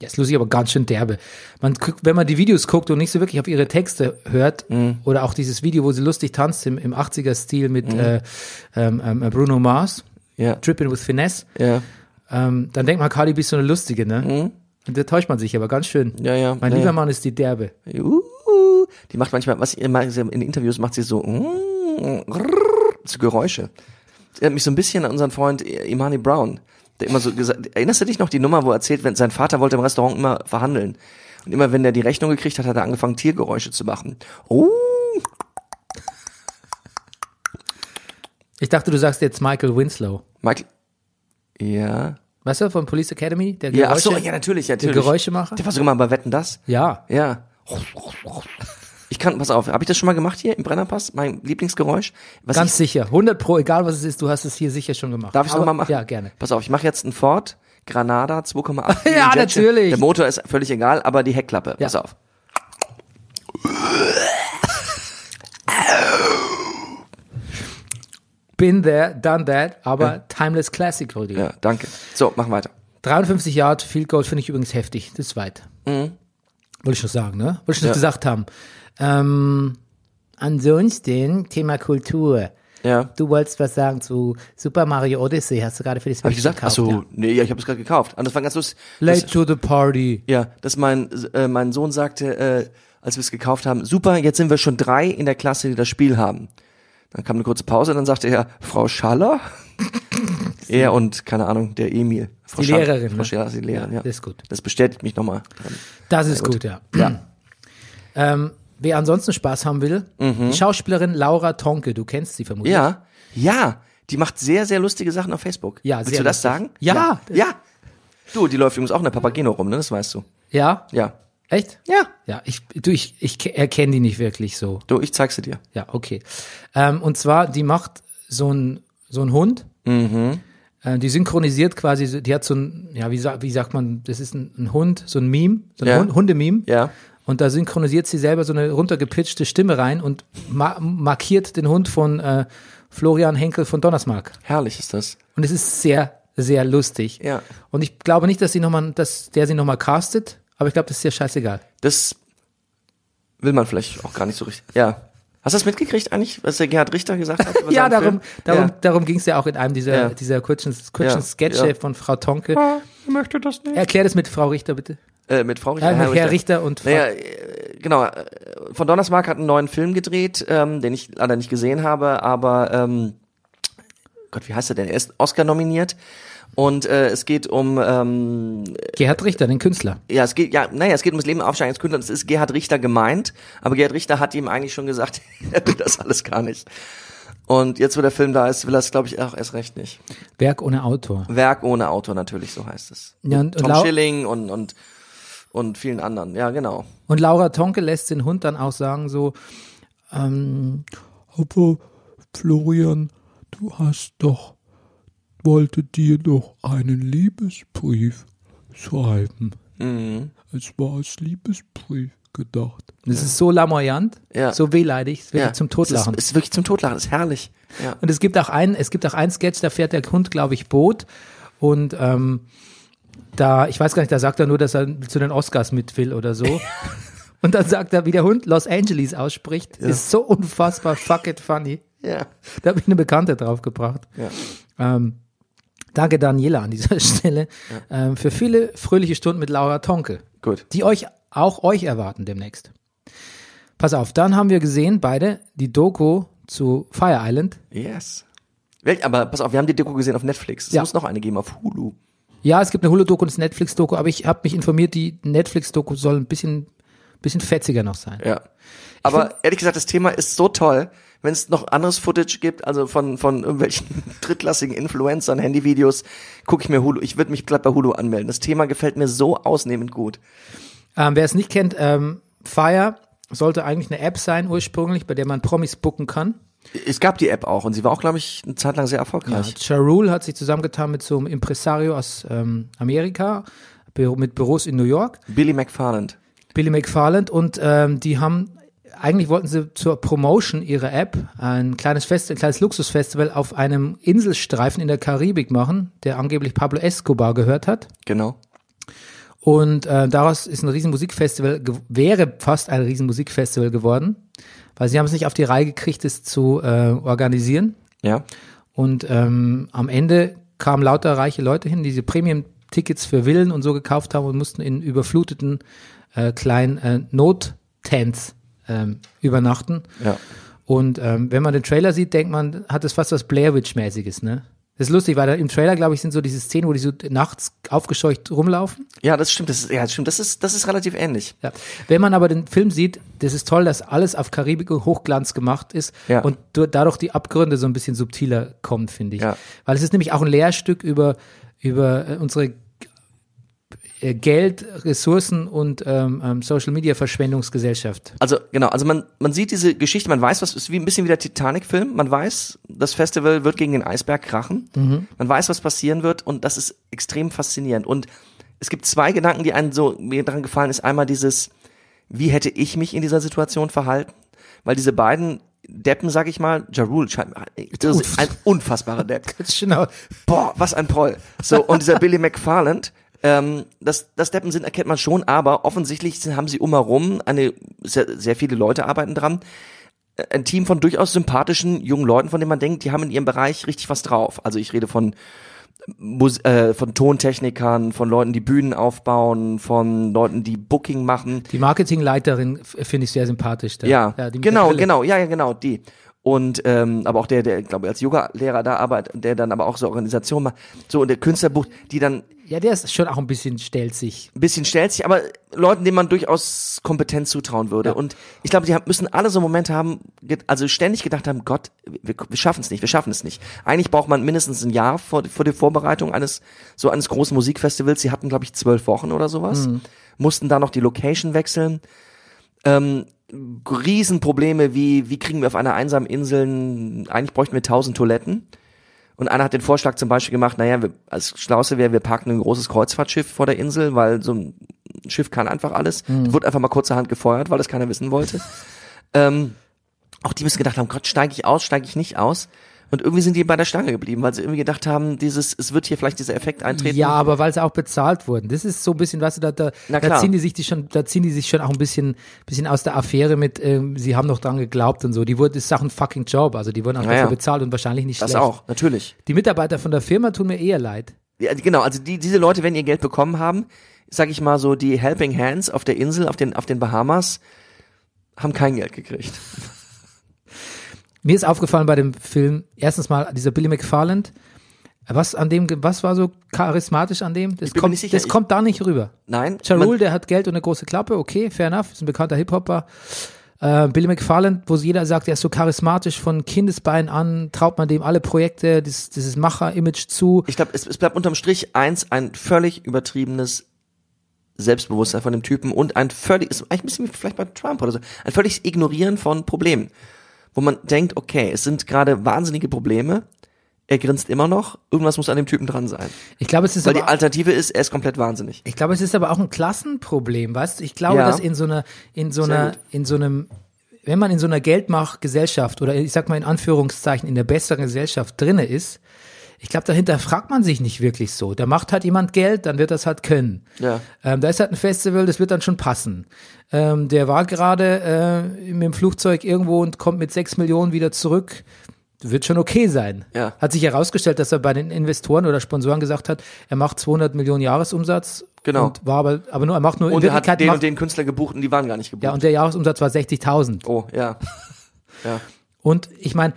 Speaker 2: Ja, ist lustig, aber ganz schön derbe. Man guckt, wenn man die Videos guckt und nicht so wirklich auf ihre Texte hört,
Speaker 1: Mhm.
Speaker 2: oder auch dieses Video, wo sie lustig tanzt im, im 80er-Stil mit äh, ähm, ähm, Bruno Mars,
Speaker 1: Ja.
Speaker 2: Trippin' with Finesse,
Speaker 1: Ja.
Speaker 2: ähm, dann denkt man, Cardi bist so eine Lustige, ne? Und da täuscht man sich aber ganz schön.
Speaker 1: Mhm. Ja, ja.
Speaker 2: Mein
Speaker 1: ja,
Speaker 2: lieber
Speaker 1: ja.
Speaker 2: Mann ist die derbe.
Speaker 1: Uh, die macht manchmal, was ihr mag- in Interviews macht sie so, mm, grrr, so Geräusche. Das erinnert mich so ein bisschen an unseren Freund Imani Brown, der immer so gesagt, erinnerst du dich noch die Nummer, wo er erzählt, wenn sein Vater wollte im Restaurant immer verhandeln. Und immer wenn er die Rechnung gekriegt hat, hat er angefangen, Tiergeräusche zu machen. Oh,
Speaker 2: Ich dachte, du sagst jetzt Michael Winslow.
Speaker 1: Michael. Ja.
Speaker 2: Weißt du, von Police Academy? Der
Speaker 1: Ja, ach
Speaker 2: Geräusche,
Speaker 1: so, ja, natürlich, ja,
Speaker 2: der
Speaker 1: natürlich.
Speaker 2: Geräuschemacher?
Speaker 1: Der war sogar mal bei Wetten, das?
Speaker 2: Ja.
Speaker 1: Ja. Ich kann, pass auf, habe ich das schon mal gemacht hier im Brennerpass? Mein Lieblingsgeräusch? Was ich
Speaker 2: Ganz sicher. 100 pro, egal was es ist, du hast es hier sicher schon gemacht.
Speaker 1: Darf ich es
Speaker 2: Aber-
Speaker 1: nochmal machen?
Speaker 2: Ja, gerne.
Speaker 1: Pass auf, ich mache jetzt einen Ford Granada 2,8.
Speaker 2: Ja,
Speaker 1: Jetstream.
Speaker 2: natürlich.
Speaker 1: Der Motor ist völlig egal, aber die Heckklappe.
Speaker 2: Ja.
Speaker 1: Pass auf.
Speaker 2: Been there, done that, aber timeless classic, Rudi.
Speaker 1: Ja, danke. So, machen weiter.
Speaker 2: 53 Yard Field Goal finde ich übrigens heftig. Das ist weit. Wollte ich schon sagen, ne? Wollte ich schon
Speaker 1: Mhm. Ja.
Speaker 2: gesagt haben. Ähm, ansonsten, Thema Kultur.
Speaker 1: Ja.
Speaker 2: Du wolltest was sagen zu Super Mario Odyssey, hast du gerade für die
Speaker 1: Habe
Speaker 2: Switch
Speaker 1: ich gesagt?
Speaker 2: gekauft.
Speaker 1: Achso,
Speaker 2: ja.
Speaker 1: nee, ja, ich habe es gerade gekauft. Und das war ganz lustig.
Speaker 2: Late
Speaker 1: Das,
Speaker 2: to the party.
Speaker 1: ja, dass mein, äh, mein Sohn sagte, äh, als wir es gekauft haben, super, jetzt sind wir schon drei in der Klasse, die das Spiel haben. Dann kam eine kurze Pause, dann sagte er, Frau Schaller? er und, keine Ahnung, der Emil. Frau
Speaker 2: Die
Speaker 1: Schaller-
Speaker 2: Lehrerin,
Speaker 1: Frau
Speaker 2: ne?
Speaker 1: Schaller ist die Lehrerin, ja.
Speaker 2: das ist gut.
Speaker 1: Das bestätigt mich nochmal.
Speaker 2: Das ist gut. ja. Hm. Ähm, wer ansonsten Spaß haben will, die Schauspielerin Laura Tonke, du kennst sie vermutlich.
Speaker 1: Mhm. Ja, ja, die macht sehr, sehr lustige Sachen auf Facebook.
Speaker 2: Ja,
Speaker 1: Willst
Speaker 2: sehr
Speaker 1: du das
Speaker 2: lustig.
Speaker 1: sagen?
Speaker 2: Ja.
Speaker 1: ja. Ja. Du, die läuft übrigens auch in der Papageno rum, ne? Das weißt du.
Speaker 2: Ja?
Speaker 1: Ja.
Speaker 2: Echt?
Speaker 1: Ja.
Speaker 2: Ja, ich, du, ich, ich ke- erkenne die nicht wirklich so.
Speaker 1: Du, ich zeig sie dir.
Speaker 2: Ja, okay. Ähm, und zwar, die macht so ein, so ein Hund.
Speaker 1: Mhm.
Speaker 2: Äh, die synchronisiert quasi, so- die hat so ein, ja, wie, sa- wie sagt man, das ist ein, ein Hund, so ein Meme, so ein
Speaker 1: Ja.
Speaker 2: Hund, Hundememe.
Speaker 1: Ja.
Speaker 2: Und da synchronisiert sie selber so eine runtergepitchte Stimme rein und ma markiert den Hund von äh, Florian Henkel von Donnersmark.
Speaker 1: Herrlich ist das.
Speaker 2: Und es ist sehr, sehr lustig.
Speaker 1: Ja.
Speaker 2: Und ich glaube nicht, dass sie noch mal, dass der sie nochmal castet, aber ich glaube, das ist ja scheißegal.
Speaker 1: Das will man vielleicht auch gar nicht so richtig. Ja. Hast du das mitgekriegt eigentlich, was der Gerhard Richter gesagt hat? über
Speaker 2: Ja,
Speaker 1: seinen
Speaker 2: darum,
Speaker 1: Film?
Speaker 2: darum,
Speaker 1: Ja.
Speaker 2: darum ging es ja auch in einem dieser,
Speaker 1: Ja.
Speaker 2: dieser kurzen, kurzen
Speaker 1: Ja,
Speaker 2: Sketche
Speaker 1: ja.
Speaker 2: von Frau Tonke. Erklär das mit Frau Richter, bitte.
Speaker 1: Äh, mit Frau Richter.
Speaker 2: Äh, mit Herr Richter und Frau-
Speaker 1: Naja, äh, genau. äh, Von Donnersmark hat einen neuen Film gedreht, ähm, den ich leider nicht gesehen habe, aber ähm, Gott, wie heißt er denn? Er ist Oscar nominiert. Und äh, es geht um ähm,
Speaker 2: Gerhard Richter, den Künstler.
Speaker 1: ja, es geht, ja, naja, es geht um das Leben und Aufsteigen eines Künstlers. Es ist Gerhard Richter gemeint, aber Gerhard Richter hat ihm eigentlich schon gesagt, er will das alles gar nicht. Und jetzt, wo der Film da ist, will er es, glaube ich, auch erst recht nicht.
Speaker 2: Werk ohne Autor.
Speaker 1: Werk ohne Autor natürlich, so heißt es.
Speaker 2: Ja, und, und,
Speaker 1: Tom
Speaker 2: Lau
Speaker 1: Schilling und, und, und vielen anderen. Ja, genau.
Speaker 2: und Laura Tonke lässt den Hund dann auch sagen so, ähm, aber Florian, du hast doch, wollte dir doch einen Liebesbrief schreiben. Es war als Liebesbrief gedacht. Mhm. Das ist so lamoyant,
Speaker 1: Ja.
Speaker 2: so wehleidig, es wird
Speaker 1: Ja.
Speaker 2: dich zum Totlachen.
Speaker 1: Es ist, es ist wirklich zum Totlachen, es ist herrlich. Ja.
Speaker 2: Und es gibt auch einen, es gibt auch einen Sketch, da fährt der Hund, glaube ich, Boot und ähm, da, ich weiß gar nicht, da sagt er nur, dass er zu den Oscars mit will oder so. und dann sagt er, wie der Hund Los Angeles ausspricht, ist so unfassbar fuck it funny.
Speaker 1: ja.
Speaker 2: Da habe ich eine Bekannte draufgebracht.
Speaker 1: Ja.
Speaker 2: Ähm, danke Daniela an dieser Stelle ähm, für viele fröhliche Stunden mit Laura Tonke,
Speaker 1: Gut.
Speaker 2: die euch auch euch erwarten demnächst. Pass auf, dann haben wir gesehen beide die Doku zu Fire Island.
Speaker 1: Yes. Wel- Aber pass auf, wir haben die Doku gesehen auf Netflix. Es
Speaker 2: Ja.
Speaker 1: muss noch eine geben auf Hulu.
Speaker 2: Ja, es gibt eine Hulu-Doku und eine Netflix-Doku, aber ich habe mich informiert, die Netflix-Doku soll ein bisschen, bisschen fetziger noch sein.
Speaker 1: Ja. Aber ehrlich gesagt, das Thema ist so toll, wenn es noch anderes Footage gibt, also von, von irgendwelchen drittklassigen Influencern, Handyvideos, gucke ich mir Hulu. Ich würde mich glatt bei Hulu anmelden. Das Thema gefällt mir so ausnehmend gut.
Speaker 2: Ähm, wer es nicht kennt, ähm, Fire sollte eigentlich eine App sein ursprünglich, bei der man Promis booken kann.
Speaker 1: Es gab die App auch und sie war auch, glaube ich, eine Zeit lang sehr erfolgreich.
Speaker 2: Ja, Charul hat sich zusammengetan mit so einem Impresario aus ähm, Amerika, Büro, mit Büros in New York,
Speaker 1: Billy McFarland.
Speaker 2: Billy McFarland und ähm, die haben eigentlich wollten sie zur Promotion ihrer App ein kleines Fest, ein kleines Luxusfestival auf einem Inselstreifen in der Karibik machen, der angeblich Pablo Escobar gehört hat.
Speaker 1: Genau.
Speaker 2: Und äh, daraus ist ein Riesenmusikfestival, ge- wäre fast ein Riesenmusikfestival geworden, weil sie haben es nicht auf die Reihe gekriegt, es zu äh, organisieren.
Speaker 1: Ja.
Speaker 2: Und ähm, am Ende kamen lauter reiche Leute hin, die diese Premium-Tickets für Villen und so gekauft haben und mussten in überfluteten äh, kleinen äh, Not-Tents ähm, übernachten.
Speaker 1: Ja.
Speaker 2: Und ähm, wenn man den Trailer sieht, denkt man, hat es fast was Blair Witch-mäßiges, ne? Das ist lustig, weil da im Trailer, glaube ich, sind so diese Szenen, wo die so nachts aufgescheucht rumlaufen.
Speaker 1: Ja, das stimmt. Das ist, ja, das stimmt. Das ist, das ist relativ ähnlich.
Speaker 2: Ja. Wenn man aber den Film sieht, das ist toll, dass alles auf Karibik und Hochglanz gemacht ist
Speaker 1: Ja.
Speaker 2: und du- dadurch die Abgründe so ein bisschen subtiler kommen, finde ich.
Speaker 1: Ja.
Speaker 2: Weil es ist nämlich auch ein Lehrstück über, über äh, unsere äh, Geld, Ressourcen und ähm, ähm, Social Media Verschwendungsgesellschaft.
Speaker 1: Also genau, also man, man sieht diese Geschichte, man weiß, was ist wie ein bisschen wie der Titanic-Film. Man weiß, das Festival wird gegen den Eisberg krachen. Man weiß, was passieren wird und das ist extrem faszinierend. Und es gibt zwei Gedanken, die einen so mir daran gefallen ist. Einmal dieses, wie hätte ich mich in dieser Situation verhalten? Weil diese beiden Deppen, sag ich mal, Jarul scheint äh, ein unfassbarer Depp.
Speaker 2: Genau.
Speaker 1: Boah, was ein Proll. So, und dieser Billy McFarland, ähm, das, das Deppen sind, erkennt man schon, aber offensichtlich sind- haben sie um herum eine, sehr, sehr viele Leute arbeiten dran, äh, ein Team von durchaus sympathischen jungen Leuten, von denen man denkt, die haben in ihrem Bereich richtig was drauf. Also ich rede von Mus äh, von Tontechnikern, von Leuten, die Bühnen aufbauen, von Leuten, die Booking machen.
Speaker 2: Die Marketingleiterin f- finde ich sehr sympathisch. Da.
Speaker 1: Ja,
Speaker 2: die mit der
Speaker 1: genau,
Speaker 2: Brille.
Speaker 1: genau, ja, ja, genau, die. und ähm, aber auch der, der glaube ich als Yoga-Lehrer da arbeitet, der dann aber auch so Organisationen macht, so und der Künstler bucht, die dann
Speaker 2: Ja, der ist schon auch ein bisschen stelzig.
Speaker 1: ein bisschen stellt sich, aber Leuten, denen man durchaus Kompetenz zutrauen würde. Und ich glaube, die haben- müssen alle so Momente haben, ge- also ständig gedacht haben, Gott, wir, wir schaffen es nicht, wir schaffen es nicht. Eigentlich braucht man mindestens ein Jahr vor, vor der Vorbereitung eines so eines großen Musikfestivals. Sie hatten, glaube ich, zwölf Wochen oder sowas, mussten da noch die Location wechseln. Ähm, Riesenprobleme wie, wie kriegen wir auf einer einsamen Insel, ein- eigentlich bräuchten wir tausend Toiletten. Und einer hat den Vorschlag zum Beispiel gemacht, naja, wir, als Schlauste wäre, wir parken ein großes Kreuzfahrtschiff vor der Insel, weil so ein Schiff kann einfach alles.
Speaker 2: Mhm.
Speaker 1: Wurde einfach mal kurzerhand gefeuert, weil das keiner wissen wollte. ähm, auch die müssen gedacht haben, Gott, steige ich aus, steige ich nicht aus. Und irgendwie sind die bei der Stange geblieben, weil sie irgendwie gedacht haben, dieses, es wird hier vielleicht dieser Effekt eintreten.
Speaker 2: Ja, aber weil sie auch bezahlt wurden. Das ist so ein bisschen, weißt du, da, da,
Speaker 1: Na
Speaker 2: da
Speaker 1: klar.
Speaker 2: ziehen die sich die schon, da ziehen die sich schon auch ein bisschen, bisschen aus der Affäre mit, ähm, sie haben noch dran geglaubt und so. Die wurden, das ist auch ein fucking Job. Also die wurden auch
Speaker 1: Ja,
Speaker 2: dafür
Speaker 1: ja.
Speaker 2: bezahlt und wahrscheinlich nicht
Speaker 1: das
Speaker 2: schlecht.
Speaker 1: auch, natürlich.
Speaker 2: Die Mitarbeiter von der Firma tun mir eher leid.
Speaker 1: Ja, genau, also die, diese Leute, wenn ihr Geld bekommen haben, sag ich mal so, die Helping Hands auf der Insel, auf den, auf den Bahamas, haben kein Geld gekriegt.
Speaker 2: Mir ist aufgefallen bei dem Film, erstens mal dieser Billy McFarland. Was an dem, ge- was war so charismatisch an dem? Das,
Speaker 1: bin mir
Speaker 2: kommt,
Speaker 1: nicht sicher.
Speaker 2: das
Speaker 1: Ich-
Speaker 2: kommt da nicht rüber.
Speaker 1: Nein?
Speaker 2: Ja
Speaker 1: man-
Speaker 2: Rule, der hat Geld und eine große Klappe, okay, fair enough, ist ein bekannter Hip-Hopper. Äh, Billy McFarland, wo jeder sagt, er ist so charismatisch von Kindesbein an, traut man dem alle Projekte, dieses, dieses Macher-Image zu.
Speaker 1: ich glaube, es, es bleibt unterm Strich eins, ein völlig übertriebenes Selbstbewusstsein von dem Typen und ein völlig, ist eigentlich ein bisschen wie vielleicht bei Trump oder so, ein völliges Ignorieren von Problemen. Wo man denkt, okay, es sind gerade wahnsinnige Probleme, er grinst immer noch, irgendwas muss an dem Typen dran sein.
Speaker 2: Ich glaube, es ist
Speaker 1: Weil die
Speaker 2: aber,
Speaker 1: Alternative ist, er ist komplett wahnsinnig.
Speaker 2: ich glaube, es ist aber auch ein Klassenproblem, weißt du? Ich glaube,
Speaker 1: Ja.
Speaker 2: dass in so einer, in so
Speaker 1: Sehr
Speaker 2: einer,
Speaker 1: gut.
Speaker 2: in so einem, wenn man in so einer Geldmachgesellschaft oder ich sag mal in Anführungszeichen in der besseren Gesellschaft drinne ist, ich glaube, dahinter fragt man sich nicht wirklich so. Da macht halt jemand Geld, dann wird das halt können.
Speaker 1: Ja.
Speaker 2: Ähm, da ist halt ein Festival, das wird dann schon passen. Ähm, der war gerade äh, mit dem Flugzeug irgendwo und kommt mit sechs Millionen wieder zurück. Wird schon okay sein.
Speaker 1: Ja.
Speaker 2: Hat sich herausgestellt, dass er bei den Investoren oder Sponsoren gesagt hat, er macht 200 Millionen Jahresumsatz.
Speaker 1: Genau.
Speaker 2: Und war aber, aber nur, er macht nur in
Speaker 1: Und er hat
Speaker 2: Wirklichkeit.
Speaker 1: den
Speaker 2: macht,
Speaker 1: und den Künstler gebucht und die waren gar nicht gebucht.
Speaker 2: ja, und der Jahresumsatz war 60.000.
Speaker 1: oh, ja. ja.
Speaker 2: Und ich meine,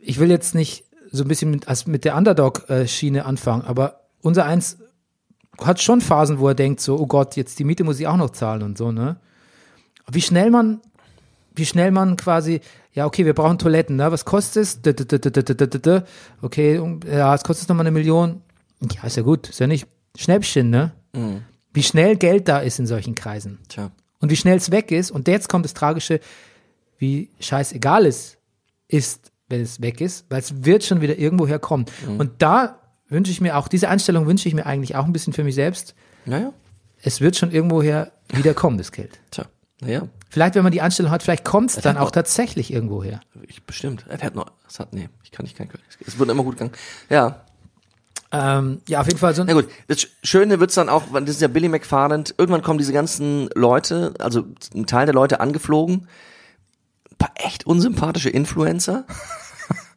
Speaker 2: ich will jetzt nicht so ein bisschen mit, als mit der Underdog-Schiene anfangen, aber unser Eins hat schon Phasen, wo er denkt so, oh Gott, jetzt die Miete muss ich auch noch zahlen und so, ne? Wie schnell man, wie schnell man quasi, ja, okay, wir brauchen Toiletten, ne? Was kostet es? Dö, dö, dö, dö, dö, dö, dö, dö. Okay, um- ja, es kostet nochmal eine Million. Ja, ist ja gut, ist ja nicht Schnäppchen, ne? Wie schnell Geld da ist in solchen Kreisen
Speaker 1: Tja.
Speaker 2: und wie schnell es weg ist. Und jetzt kommt das Tragische, wie scheißegal es ist, wenn es weg ist, weil es wird schon wieder irgendwo herkommen.
Speaker 1: Mhm.
Speaker 2: Und da wünsche ich mir auch, diese Einstellung wünsche ich mir eigentlich auch ein bisschen für mich selbst.
Speaker 1: Naja,
Speaker 2: Es wird schon irgendwoher wieder kommen, das Geld.
Speaker 1: tja. Naja,
Speaker 2: Vielleicht, wenn man die Einstellung hat, vielleicht kommt es dann auch tatsächlich irgendwoher.
Speaker 1: ich bestimmt. Er hat noch, es hat, nee, ich kann nicht kein König. Es wird immer gut gegangen. Ja,
Speaker 2: Ähm, ja, auf jeden Fall so
Speaker 1: Na
Speaker 2: ein,
Speaker 1: gut, das Sch- Schöne wird's dann auch, weil das ist ja Billy McFarland, irgendwann kommen diese ganzen Leute, also ein Teil der Leute angeflogen, ein paar echt unsympathische Influencer.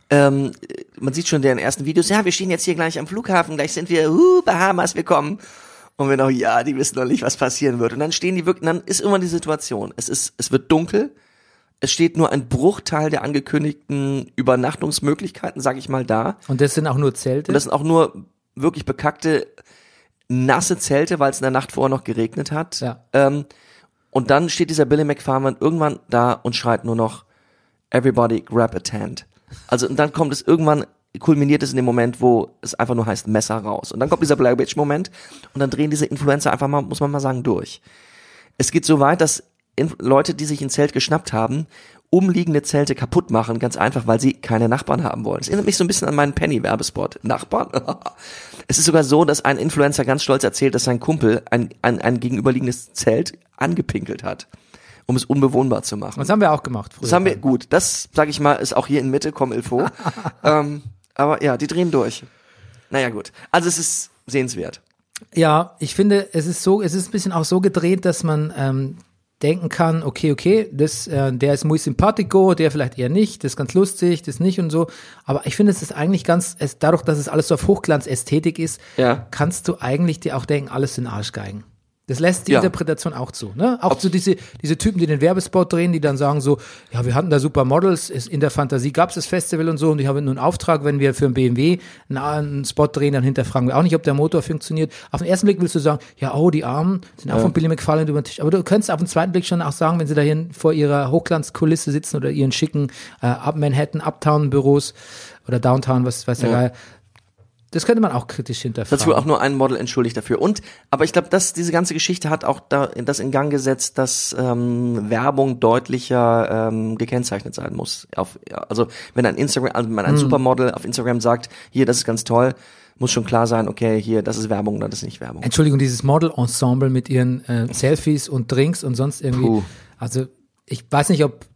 Speaker 1: ähm, man sieht schon deren ersten Videos, ja, wir stehen jetzt hier gleich am Flughafen, gleich sind wir, uh, Bahamas, wir kommen. Und wir noch, ja, die wissen noch nicht, was passieren wird. Und dann stehen die wirklich, und dann ist immer die Situation, es ist, es wird dunkel, es steht nur ein Bruchteil der angekündigten Übernachtungsmöglichkeiten, sag ich mal, da.
Speaker 2: und das sind auch nur
Speaker 1: Und
Speaker 2: Zelte.
Speaker 1: das sind auch nur wirklich bekackte, nasse Zelte, weil es in der Nacht vorher noch geregnet hat.
Speaker 2: Ja.
Speaker 1: Ähm, und dann steht dieser Billy McFarland irgendwann da und schreit nur noch, everybody grab a tent. Also, und dann kommt es irgendwann, kulminiert es in dem Moment, wo es einfach nur heißt, Messer raus. Und dann kommt dieser Blair Witch Moment und dann drehen diese Influencer einfach mal, muss man mal sagen, durch. Es geht so weit, dass Inf- Leute, die sich ein Zelt geschnappt haben, umliegende Zelte kaputt machen, ganz einfach, weil sie keine Nachbarn haben wollen. Es erinnert mich so ein bisschen an meinen Penny-Werbespot. Nachbarn? es ist sogar so, dass ein Influencer ganz stolz erzählt, dass sein Kumpel ein, ein, ein gegenüberliegendes Zelt angepinkelt hat, um es unbewohnbar zu machen.
Speaker 2: Das haben wir auch gemacht früher.
Speaker 1: Das haben wir, gut, das, sag ich mal, ist auch hier in Mitte, komm Ilfo. ähm, aber ja, die drehen durch. Naja, gut. Also es ist sehenswert.
Speaker 2: Ja, ich finde, es ist so, es ist ein bisschen auch so gedreht, dass man ähm, denken kann, okay, okay, das, äh, der ist muy simpatico, der vielleicht eher nicht, das ist ganz lustig, das nicht und so. Aber ich finde, es ist eigentlich ganz, es, dadurch, dass es alles so auf Hochglanzästhetik ist,
Speaker 1: Ja.
Speaker 2: kannst du eigentlich dir auch denken, alles sind Arschgeigen. Das lässt die
Speaker 1: Ja.
Speaker 2: Interpretation auch zu. Ne? Auch so diese, diese Typen, die den Werbespot drehen, die dann sagen so, ja, wir hatten da super Models, es- in der Fantasie gab es das Festival und so und ich habe nur einen Auftrag, wenn wir für einen BMW einen, einen Spot drehen, dann hinterfragen wir auch nicht, ob der Motor funktioniert. Auf den ersten Blick willst du sagen, ja, oh, die Armen sind auch von Billy McFarland über den Tisch. Aber du könntest auf den zweiten Blick schon auch sagen, wenn sie dahin vor ihrer Hochglanzkulisse sitzen oder ihren schicken äh, Up- Manhattan Uptown-Büros oder Downtown, was weiß der
Speaker 1: Ja.
Speaker 2: Geil. Das könnte man auch kritisch
Speaker 1: Das hat sich wohl
Speaker 2: hinterfragen.
Speaker 1: auch nur ein Model entschuldigt dafür. Und, aber ich glaube, dass diese ganze Geschichte hat auch da, das in Gang gesetzt, dass ähm, Werbung deutlicher ähm, gekennzeichnet sein muss. Auf, ja, also wenn ein Instagram, also wenn ein Supermodel auf Instagram sagt, hier, das ist ganz toll, muss schon klar sein, okay, hier, das ist Werbung oder das ist nicht Werbung.
Speaker 2: Entschuldigung, dieses Model-Ensemble mit ihren äh, Selfies und Drinks und sonst irgendwie.
Speaker 1: Puh.
Speaker 2: Also ich weiß nicht, ob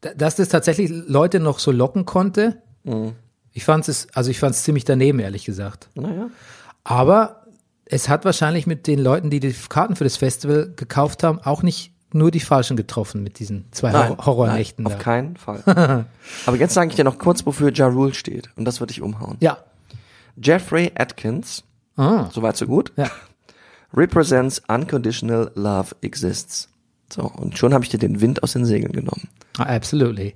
Speaker 2: da- dass das tatsächlich Leute noch so locken konnte.
Speaker 1: Mhm.
Speaker 2: Ich fand es, also ich fand es ziemlich daneben, ehrlich gesagt.
Speaker 1: Naja.
Speaker 2: Aber es hat wahrscheinlich mit den Leuten, die die Karten für das Festival gekauft haben, auch nicht nur die Falschen getroffen mit diesen zwei
Speaker 1: Nein,
Speaker 2: Hor- Horrornächten
Speaker 1: nein,
Speaker 2: da.
Speaker 1: auf keinen Fall. aber jetzt sage ich dir noch kurz, wofür Ja Rule steht. Und das würde ich umhauen.
Speaker 2: ja.
Speaker 1: Jeffrey Atkins,
Speaker 2: Ah.
Speaker 1: soweit so gut,
Speaker 2: Ja.
Speaker 1: represents unconditional love exists. So, und schon habe ich dir den Wind aus den Segeln genommen.
Speaker 2: Ah, Absolutely.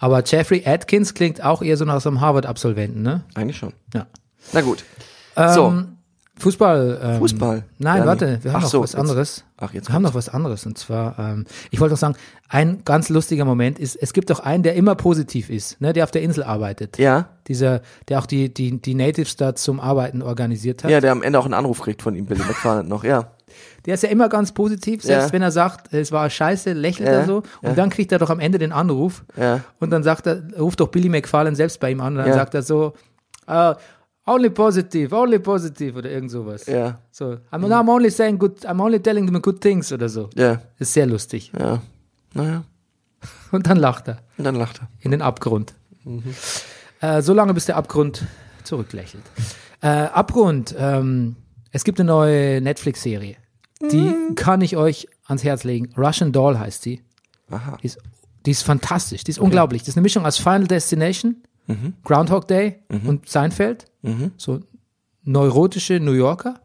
Speaker 2: Aber Jeffrey Atkins klingt auch eher so nach so einem Harvard-Absolventen, ne?
Speaker 1: Eigentlich schon.
Speaker 2: Ja.
Speaker 1: Na gut. so,
Speaker 2: Ähm, Fußball. Ähm,
Speaker 1: Fußball.
Speaker 2: Nein,
Speaker 1: Ja,
Speaker 2: warte, wir haben
Speaker 1: ach
Speaker 2: noch
Speaker 1: so,
Speaker 2: was
Speaker 1: jetzt-
Speaker 2: anderes.
Speaker 1: ach, jetzt
Speaker 2: wir haben noch was anderes. Und zwar, ähm, ich wollte noch sagen, ein ganz lustiger Moment ist, es gibt doch einen, der immer positiv ist, ne, der auf der Insel arbeitet.
Speaker 1: ja.
Speaker 2: Dieser, der auch die, die, die Natives da zum Arbeiten organisiert hat.
Speaker 1: Ja, der am Ende auch einen Anruf kriegt von ihm, Billy McFarland noch, ja.
Speaker 2: Der ist ja immer ganz positiv, selbst
Speaker 1: Ja.
Speaker 2: wenn er sagt, es war scheiße, lächelt
Speaker 1: Ja,
Speaker 2: er so. Und dann kriegt er doch am Ende den Anruf.
Speaker 1: Ja.
Speaker 2: Und dann sagt er, ruft doch Billy McFarlane selbst bei ihm an. Und dann
Speaker 1: Ja.
Speaker 2: sagt er so, ah, only positive, only positive oder irgend sowas.
Speaker 1: Ja.
Speaker 2: So, I'm, no, I'm only saying good, I'm only telling them good things oder so.
Speaker 1: Ja,
Speaker 2: Ist sehr lustig.
Speaker 1: ja. Naja.
Speaker 2: Und dann lacht er
Speaker 1: Und dann lacht er.
Speaker 2: in den Abgrund. Äh, so lange, bis der Abgrund zurücklächelt. Äh, Abgrund, ähm, es gibt eine neue Netflix-Serie. Die kann ich euch ans Herz legen. Russian Doll heißt die. Die ist, die ist fantastisch, die ist unglaublich. Das ist eine Mischung aus Final Destination, Groundhog Day und Seinfeld. So neurotische New Yorker,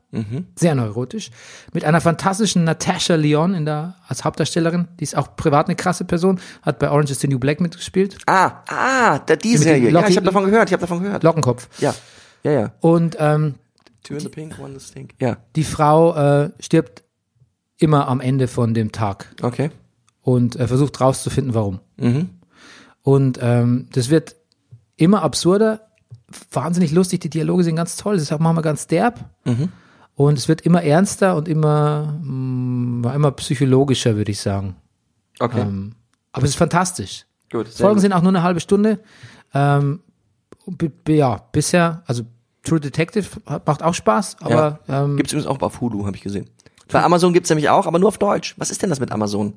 Speaker 2: sehr neurotisch, mit einer fantastischen Natasha Leon in der, als Hauptdarstellerin. Die ist auch privat eine krasse Person, hat bei Orange is the New Black mitgespielt.
Speaker 1: Ah, ah, da die
Speaker 2: mit dem
Speaker 1: Serie. Ja,
Speaker 2: Locki-
Speaker 1: ich habe davon gehört, ich habe davon gehört.
Speaker 2: Lockenkopf.
Speaker 1: Ja, ja, ja.
Speaker 2: Und ähm,
Speaker 1: Two in the pink, one in the stink. Ja,
Speaker 2: die Frau äh, stirbt immer am Ende von dem Tag
Speaker 1: okay.
Speaker 2: und äh, versucht rauszufinden, warum.
Speaker 1: Mhm.
Speaker 2: Und ähm, das wird immer absurder, wahnsinnig lustig, die Dialoge sind ganz toll, das ist auch manchmal ganz derb.
Speaker 1: Mhm.
Speaker 2: Und es wird immer ernster und immer, mh, immer psychologischer, würde ich sagen.
Speaker 1: Okay,
Speaker 2: Ähm, aber es ist fantastisch.
Speaker 1: gut.
Speaker 2: Sehr
Speaker 1: sehr
Speaker 2: Folgen
Speaker 1: gut.
Speaker 2: sind auch nur eine halbe Stunde. Ähm, b- b- ja, bisher, also True Detective hat- macht auch Spaß, aber ähm,
Speaker 1: Gibt's übrigens auch auf Hulu, habe ich gesehen. Bei Amazon gibt's nämlich auch, aber nur auf Deutsch. Was ist denn das mit Amazon?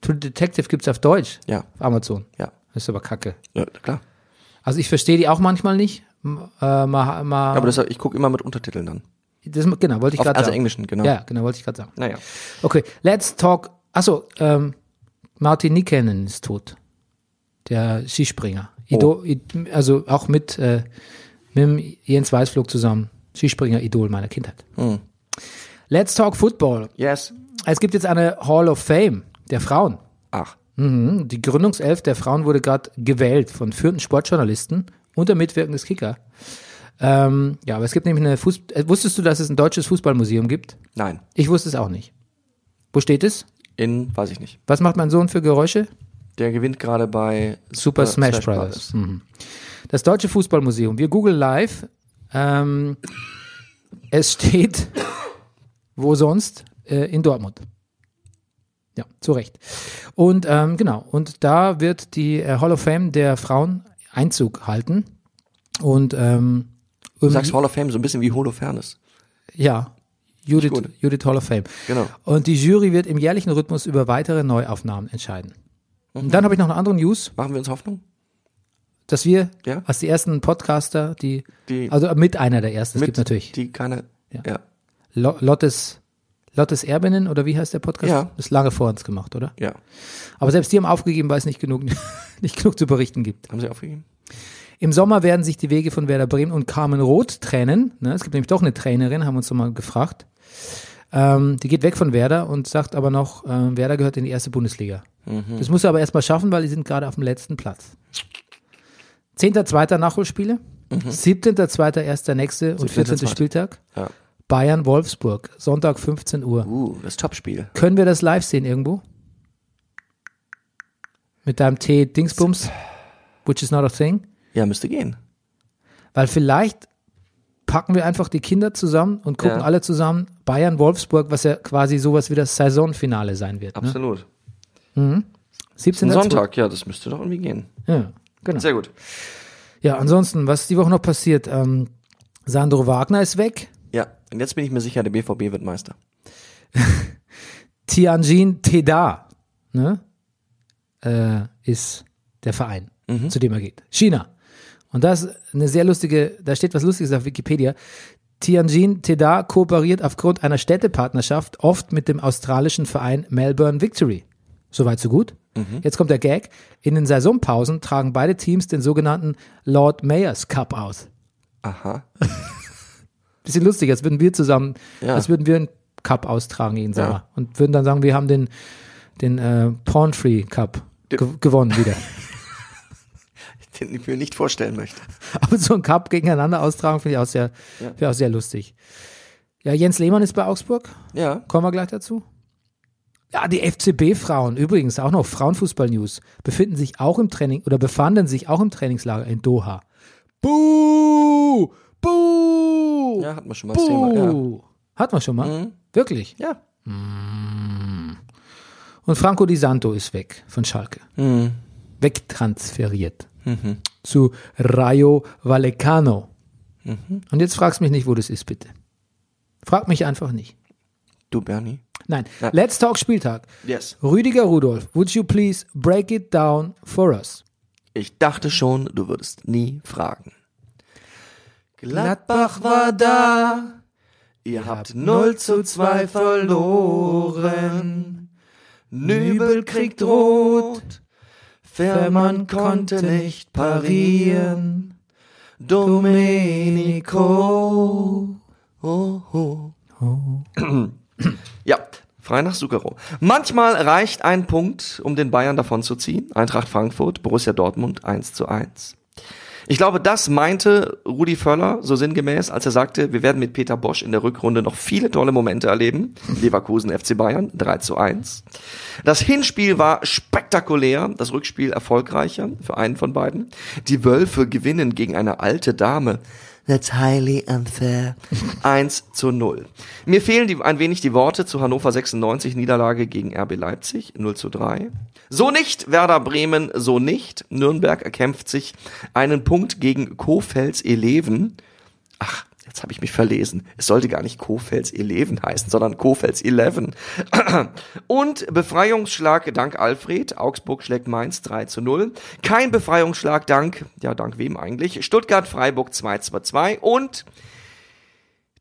Speaker 2: True Detective gibt's auf Deutsch,
Speaker 1: Ja,
Speaker 2: auf Amazon.
Speaker 1: ja.
Speaker 2: Das ist aber kacke.
Speaker 1: Ja, klar.
Speaker 2: Also ich verstehe die auch manchmal nicht. M- Äh, ma, ma,
Speaker 1: Ja, aber das, ich gucke immer mit Untertiteln dann.
Speaker 2: das, genau, wollte ich
Speaker 1: Auf,
Speaker 2: gerade
Speaker 1: also
Speaker 2: sagen.
Speaker 1: englischen, genau.
Speaker 2: Ja, genau, wollte ich gerade sagen.
Speaker 1: Naja.
Speaker 2: Okay, let's talk. Achso, ähm, Martin Nikanen ist tot. Der Skispringer.
Speaker 1: Oh.
Speaker 2: Idol, Id- also auch mit, äh, mit dem Jens Weißflug zusammen. Skispringer, Idol meiner Kindheit.
Speaker 1: Hm.
Speaker 2: Let's talk Football.
Speaker 1: Yes.
Speaker 2: Es gibt jetzt eine Hall of Fame der Frauen.
Speaker 1: Ach.
Speaker 2: Mhm. Die Gründungself der Frauen wurde gerade gewählt von führenden Sportjournalisten unter Mitwirkung des Kicker. Ähm, ja, aber es gibt nämlich eine Fußball. Äh, wusstest du, dass es ein deutsches Fußballmuseum gibt?
Speaker 1: Nein.
Speaker 2: Ich wusste es auch nicht. Wo steht es?
Speaker 1: In, weiß ich nicht.
Speaker 2: Was macht mein Sohn für Geräusche?
Speaker 1: Der gewinnt gerade bei äh,
Speaker 2: Super Smash, Brothers. Mhm. Das Deutsche Fußballmuseum. Wir googeln live. Ähm, es steht wo sonst? Äh, in Dortmund. Ja, zu Recht. Und ähm, genau, und da wird die äh, Hall of Fame der Frauen Einzug halten. Und ähm,
Speaker 1: Du sagst Hall of Fame so ein bisschen wie Holofernes.
Speaker 2: ja, Judith,
Speaker 1: Gut.
Speaker 2: Judith Hall of Fame.
Speaker 1: Genau.
Speaker 2: Und die Jury wird im jährlichen Rhythmus über weitere Neuaufnahmen entscheiden.
Speaker 1: Mhm.
Speaker 2: Und dann habe ich noch eine andere News.
Speaker 1: Machen wir uns Hoffnung?
Speaker 2: dass wir
Speaker 1: Ja.
Speaker 2: als die ersten Podcaster, die,
Speaker 1: Die-
Speaker 2: also mit einer der ersten, es
Speaker 1: Mit
Speaker 2: gibt natürlich
Speaker 1: Die keine. Ja. ja.
Speaker 2: Lo- Lottes, Lottes Erbinen oder wie heißt der Podcast?
Speaker 1: Ja.
Speaker 2: Ist lange vor uns gemacht, oder? Aber selbst die haben aufgegeben, weil es nicht genug, nicht genug zu berichten gibt.
Speaker 1: Haben sie aufgegeben?
Speaker 2: Im Sommer werden sich die Wege von Werder Bremen und Carmen Roth trennen. Ne, es gibt nämlich doch eine Trainerin, haben wir uns nochmal gefragt. Ähm, die geht weg von Werder und sagt aber noch, äh, Werder gehört in die erste Bundesliga. Das muss er aber erstmal schaffen, weil die sind gerade auf dem letzten Platz. 10.2. Nachholspiele, 17.2. erst der nächste und 14.
Speaker 1: 17.2..
Speaker 2: Spieltag.
Speaker 1: Ja.
Speaker 2: Bayern Wolfsburg, Sonntag 15 Uhr.
Speaker 1: Uh, das Topspiel.
Speaker 2: Können wir das live sehen irgendwo? Mit deinem Tee Dingsbums, which is not a thing.
Speaker 1: Ja, müsste gehen.
Speaker 2: Weil vielleicht packen wir einfach die Kinder zusammen und gucken
Speaker 1: Ja.
Speaker 2: alle zusammen Bayern Wolfsburg, was ja quasi sowas wie das Saisonfinale sein wird. Ne?
Speaker 1: Absolut.
Speaker 2: 17.
Speaker 1: Sonntag, ja, das müsste doch irgendwie gehen.
Speaker 2: Ja, genau.
Speaker 1: Sehr gut.
Speaker 2: Ja, ansonsten, was ist die Woche noch passiert? Ähm, Sandro Wagner ist weg.
Speaker 1: Ja, und jetzt bin ich mir sicher, der BVB wird Meister.
Speaker 2: Tianjin Teda ne, äh, ist der Verein, zu dem er geht. China. Und das ist eine sehr lustige, da steht was Lustiges auf Wikipedia. Tianjin Teda kooperiert aufgrund einer Städtepartnerschaft oft mit dem australischen Verein Melbourne Victory. Soweit so gut. Jetzt kommt der Gag. In den Saisonpausen tragen beide Teams den sogenannten Lord Mayors Cup aus.
Speaker 1: Aha.
Speaker 2: bisschen lustig, als würden wir zusammen,
Speaker 1: Ja.
Speaker 2: als würden wir einen Cup austragen jeden Sommer und würden dann sagen, wir haben den, den äh, Porn-Free Cup ge gewonnen wieder.
Speaker 1: Den ich mir nicht vorstellen möchte.
Speaker 2: Aber so einen Cup gegeneinander austragen finde ich auch sehr, ja. auch sehr lustig. Ja, Jens Lehmann ist bei Augsburg.
Speaker 1: Ja.
Speaker 2: Kommen wir gleich dazu. Ja, die FCB-Frauen, übrigens auch noch Frauenfußball-News, befinden sich auch im Training oder befanden sich auch im Trainingslager in Doha. Buh! Buh!
Speaker 1: Ja, hat man schon mal das Thema.
Speaker 2: Buh! Hat man Oh, schon mal? Wirklich? Hm.
Speaker 1: Ja. ja.
Speaker 2: Und Franco Di Santo ist weg von Schalke.
Speaker 1: Mhm.
Speaker 2: Wegtransferiert. Zu Rayo Vallecano.
Speaker 1: Mhm.
Speaker 2: Und jetzt fragst mich nicht, wo das ist, bitte. Frag mich einfach nicht.
Speaker 1: Du, Bernie.
Speaker 2: Nein. Let's talk Spieltag.
Speaker 1: Yes.
Speaker 2: Rüdiger Rudolf, would you please break it down for us?
Speaker 1: Ich dachte schon, du würdest nie fragen. Gladbach war da, ihr habt 0 zu 2 verloren. Nübel kriegt rot, Fährmann konnte nicht parieren. Domenico. Oh, oh. Ja, frei nach Sucaro. Manchmal reicht ein Punkt, um den Bayern davon zu ziehen. Eintracht Frankfurt, Borussia Dortmund 1 zu 1. Ich glaube, das meinte Rudi Völler so sinngemäß, als er sagte, wir werden mit Peter Bosch in der Rückrunde noch viele tolle Momente erleben. Leverkusen FC Bayern 3 zu 1. Das Hinspiel war spektakulär, das Rückspiel erfolgreicher für einen von beiden. Die Wölfe gewinnen gegen eine alte Dame. That's highly unfair. 1 zu 0. Mir fehlen die, ein wenig die Worte zu Hannover 96 Niederlage gegen RB Leipzig 0 zu 3. So nicht Werder Bremen, so nicht. Nürnberg erkämpft sich einen Punkt gegen Kofels Eleven. Ach, jetzt habe ich mich verlesen. Es sollte gar nicht Kofels Eleven heißen, sondern Kofels Eleven. Und Befreiungsschlag dank Alfred. Augsburg schlägt Mainz 3 zu 0. Kein Befreiungsschlag dank, ja, dank wem eigentlich? Stuttgart, Freiburg 2 zu 2 und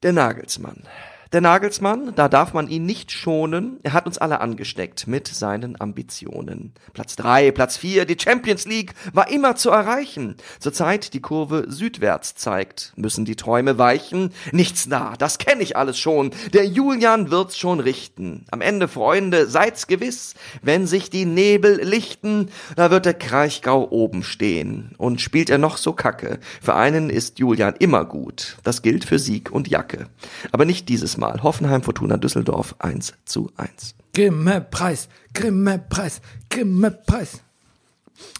Speaker 1: der Nagelsmann. Der Nagelsmann, da darf man ihn nicht schonen. Er hat uns alle angesteckt mit seinen Ambitionen. Platz drei, Platz vier, die Champions League war immer zu erreichen. Zurzeit die Kurve südwärts zeigt. Müssen die Träume weichen? Nichts da, das kenne ich alles schon. Der Julian wird's schon richten. Am Ende, Freunde, seid's gewiss, wenn sich die Nebel lichten, da wird der Kraichgau oben stehen. Und spielt er noch so kacke, für einen ist Julian immer gut. Das gilt für Sieg und Jacke. Aber nicht dieses Mal. Hoffenheim, Fortuna, Düsseldorf 1 zu 1.
Speaker 2: Grimme Preis, Grimme Preis, Grimme Preis.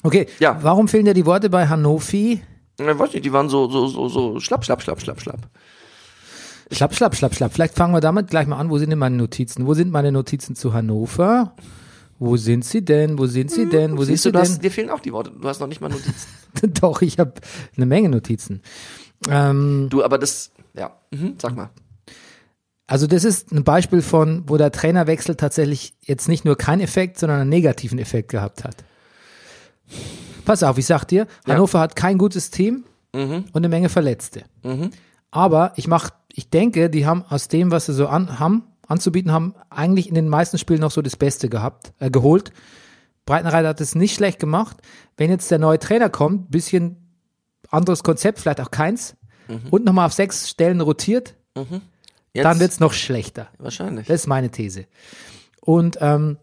Speaker 2: Okay,
Speaker 1: Ja.
Speaker 2: warum fehlen dir die Worte bei Hannover?
Speaker 1: Ich weiß nicht, die waren so, so, so, so schlapp, schlapp, schlapp, schlapp, schlapp.
Speaker 2: Schlapp, schlapp, schlapp, schlapp. Vielleicht fangen wir damit gleich mal an. Wo sind denn meine Notizen? Wo sind meine Notizen zu Hannover? Wo sind sie denn? Wo sind sie denn? Wo sind
Speaker 1: Hm, Siehst du,
Speaker 2: sie
Speaker 1: du hast,
Speaker 2: denn?
Speaker 1: dir fehlen auch die Worte. Du hast noch nicht mal Notizen.
Speaker 2: Doch, ich habe eine Menge Notizen. Ähm,
Speaker 1: Du, aber das, ja, mhm, sag mal.
Speaker 2: also das ist ein Beispiel von, wo der Trainerwechsel tatsächlich jetzt nicht nur keinen Effekt, sondern einen negativen Effekt gehabt hat. Pass auf, ich sag dir, Hannover hat kein gutes Team und eine Menge Verletzte. Aber ich mach, ich denke, die haben aus dem, was sie so an, haben, anzubieten haben, eigentlich in den meisten Spielen noch so das Beste gehabt, äh, geholt. Breitenreiter hat es nicht schlecht gemacht. Wenn jetzt der neue Trainer kommt, bisschen anderes Konzept, vielleicht auch keins, und nochmal auf sechs Stellen rotiert,
Speaker 1: Jetzt-
Speaker 2: dann wird's noch schlechter.
Speaker 1: Wahrscheinlich.
Speaker 2: Das ist meine These. Und ähm,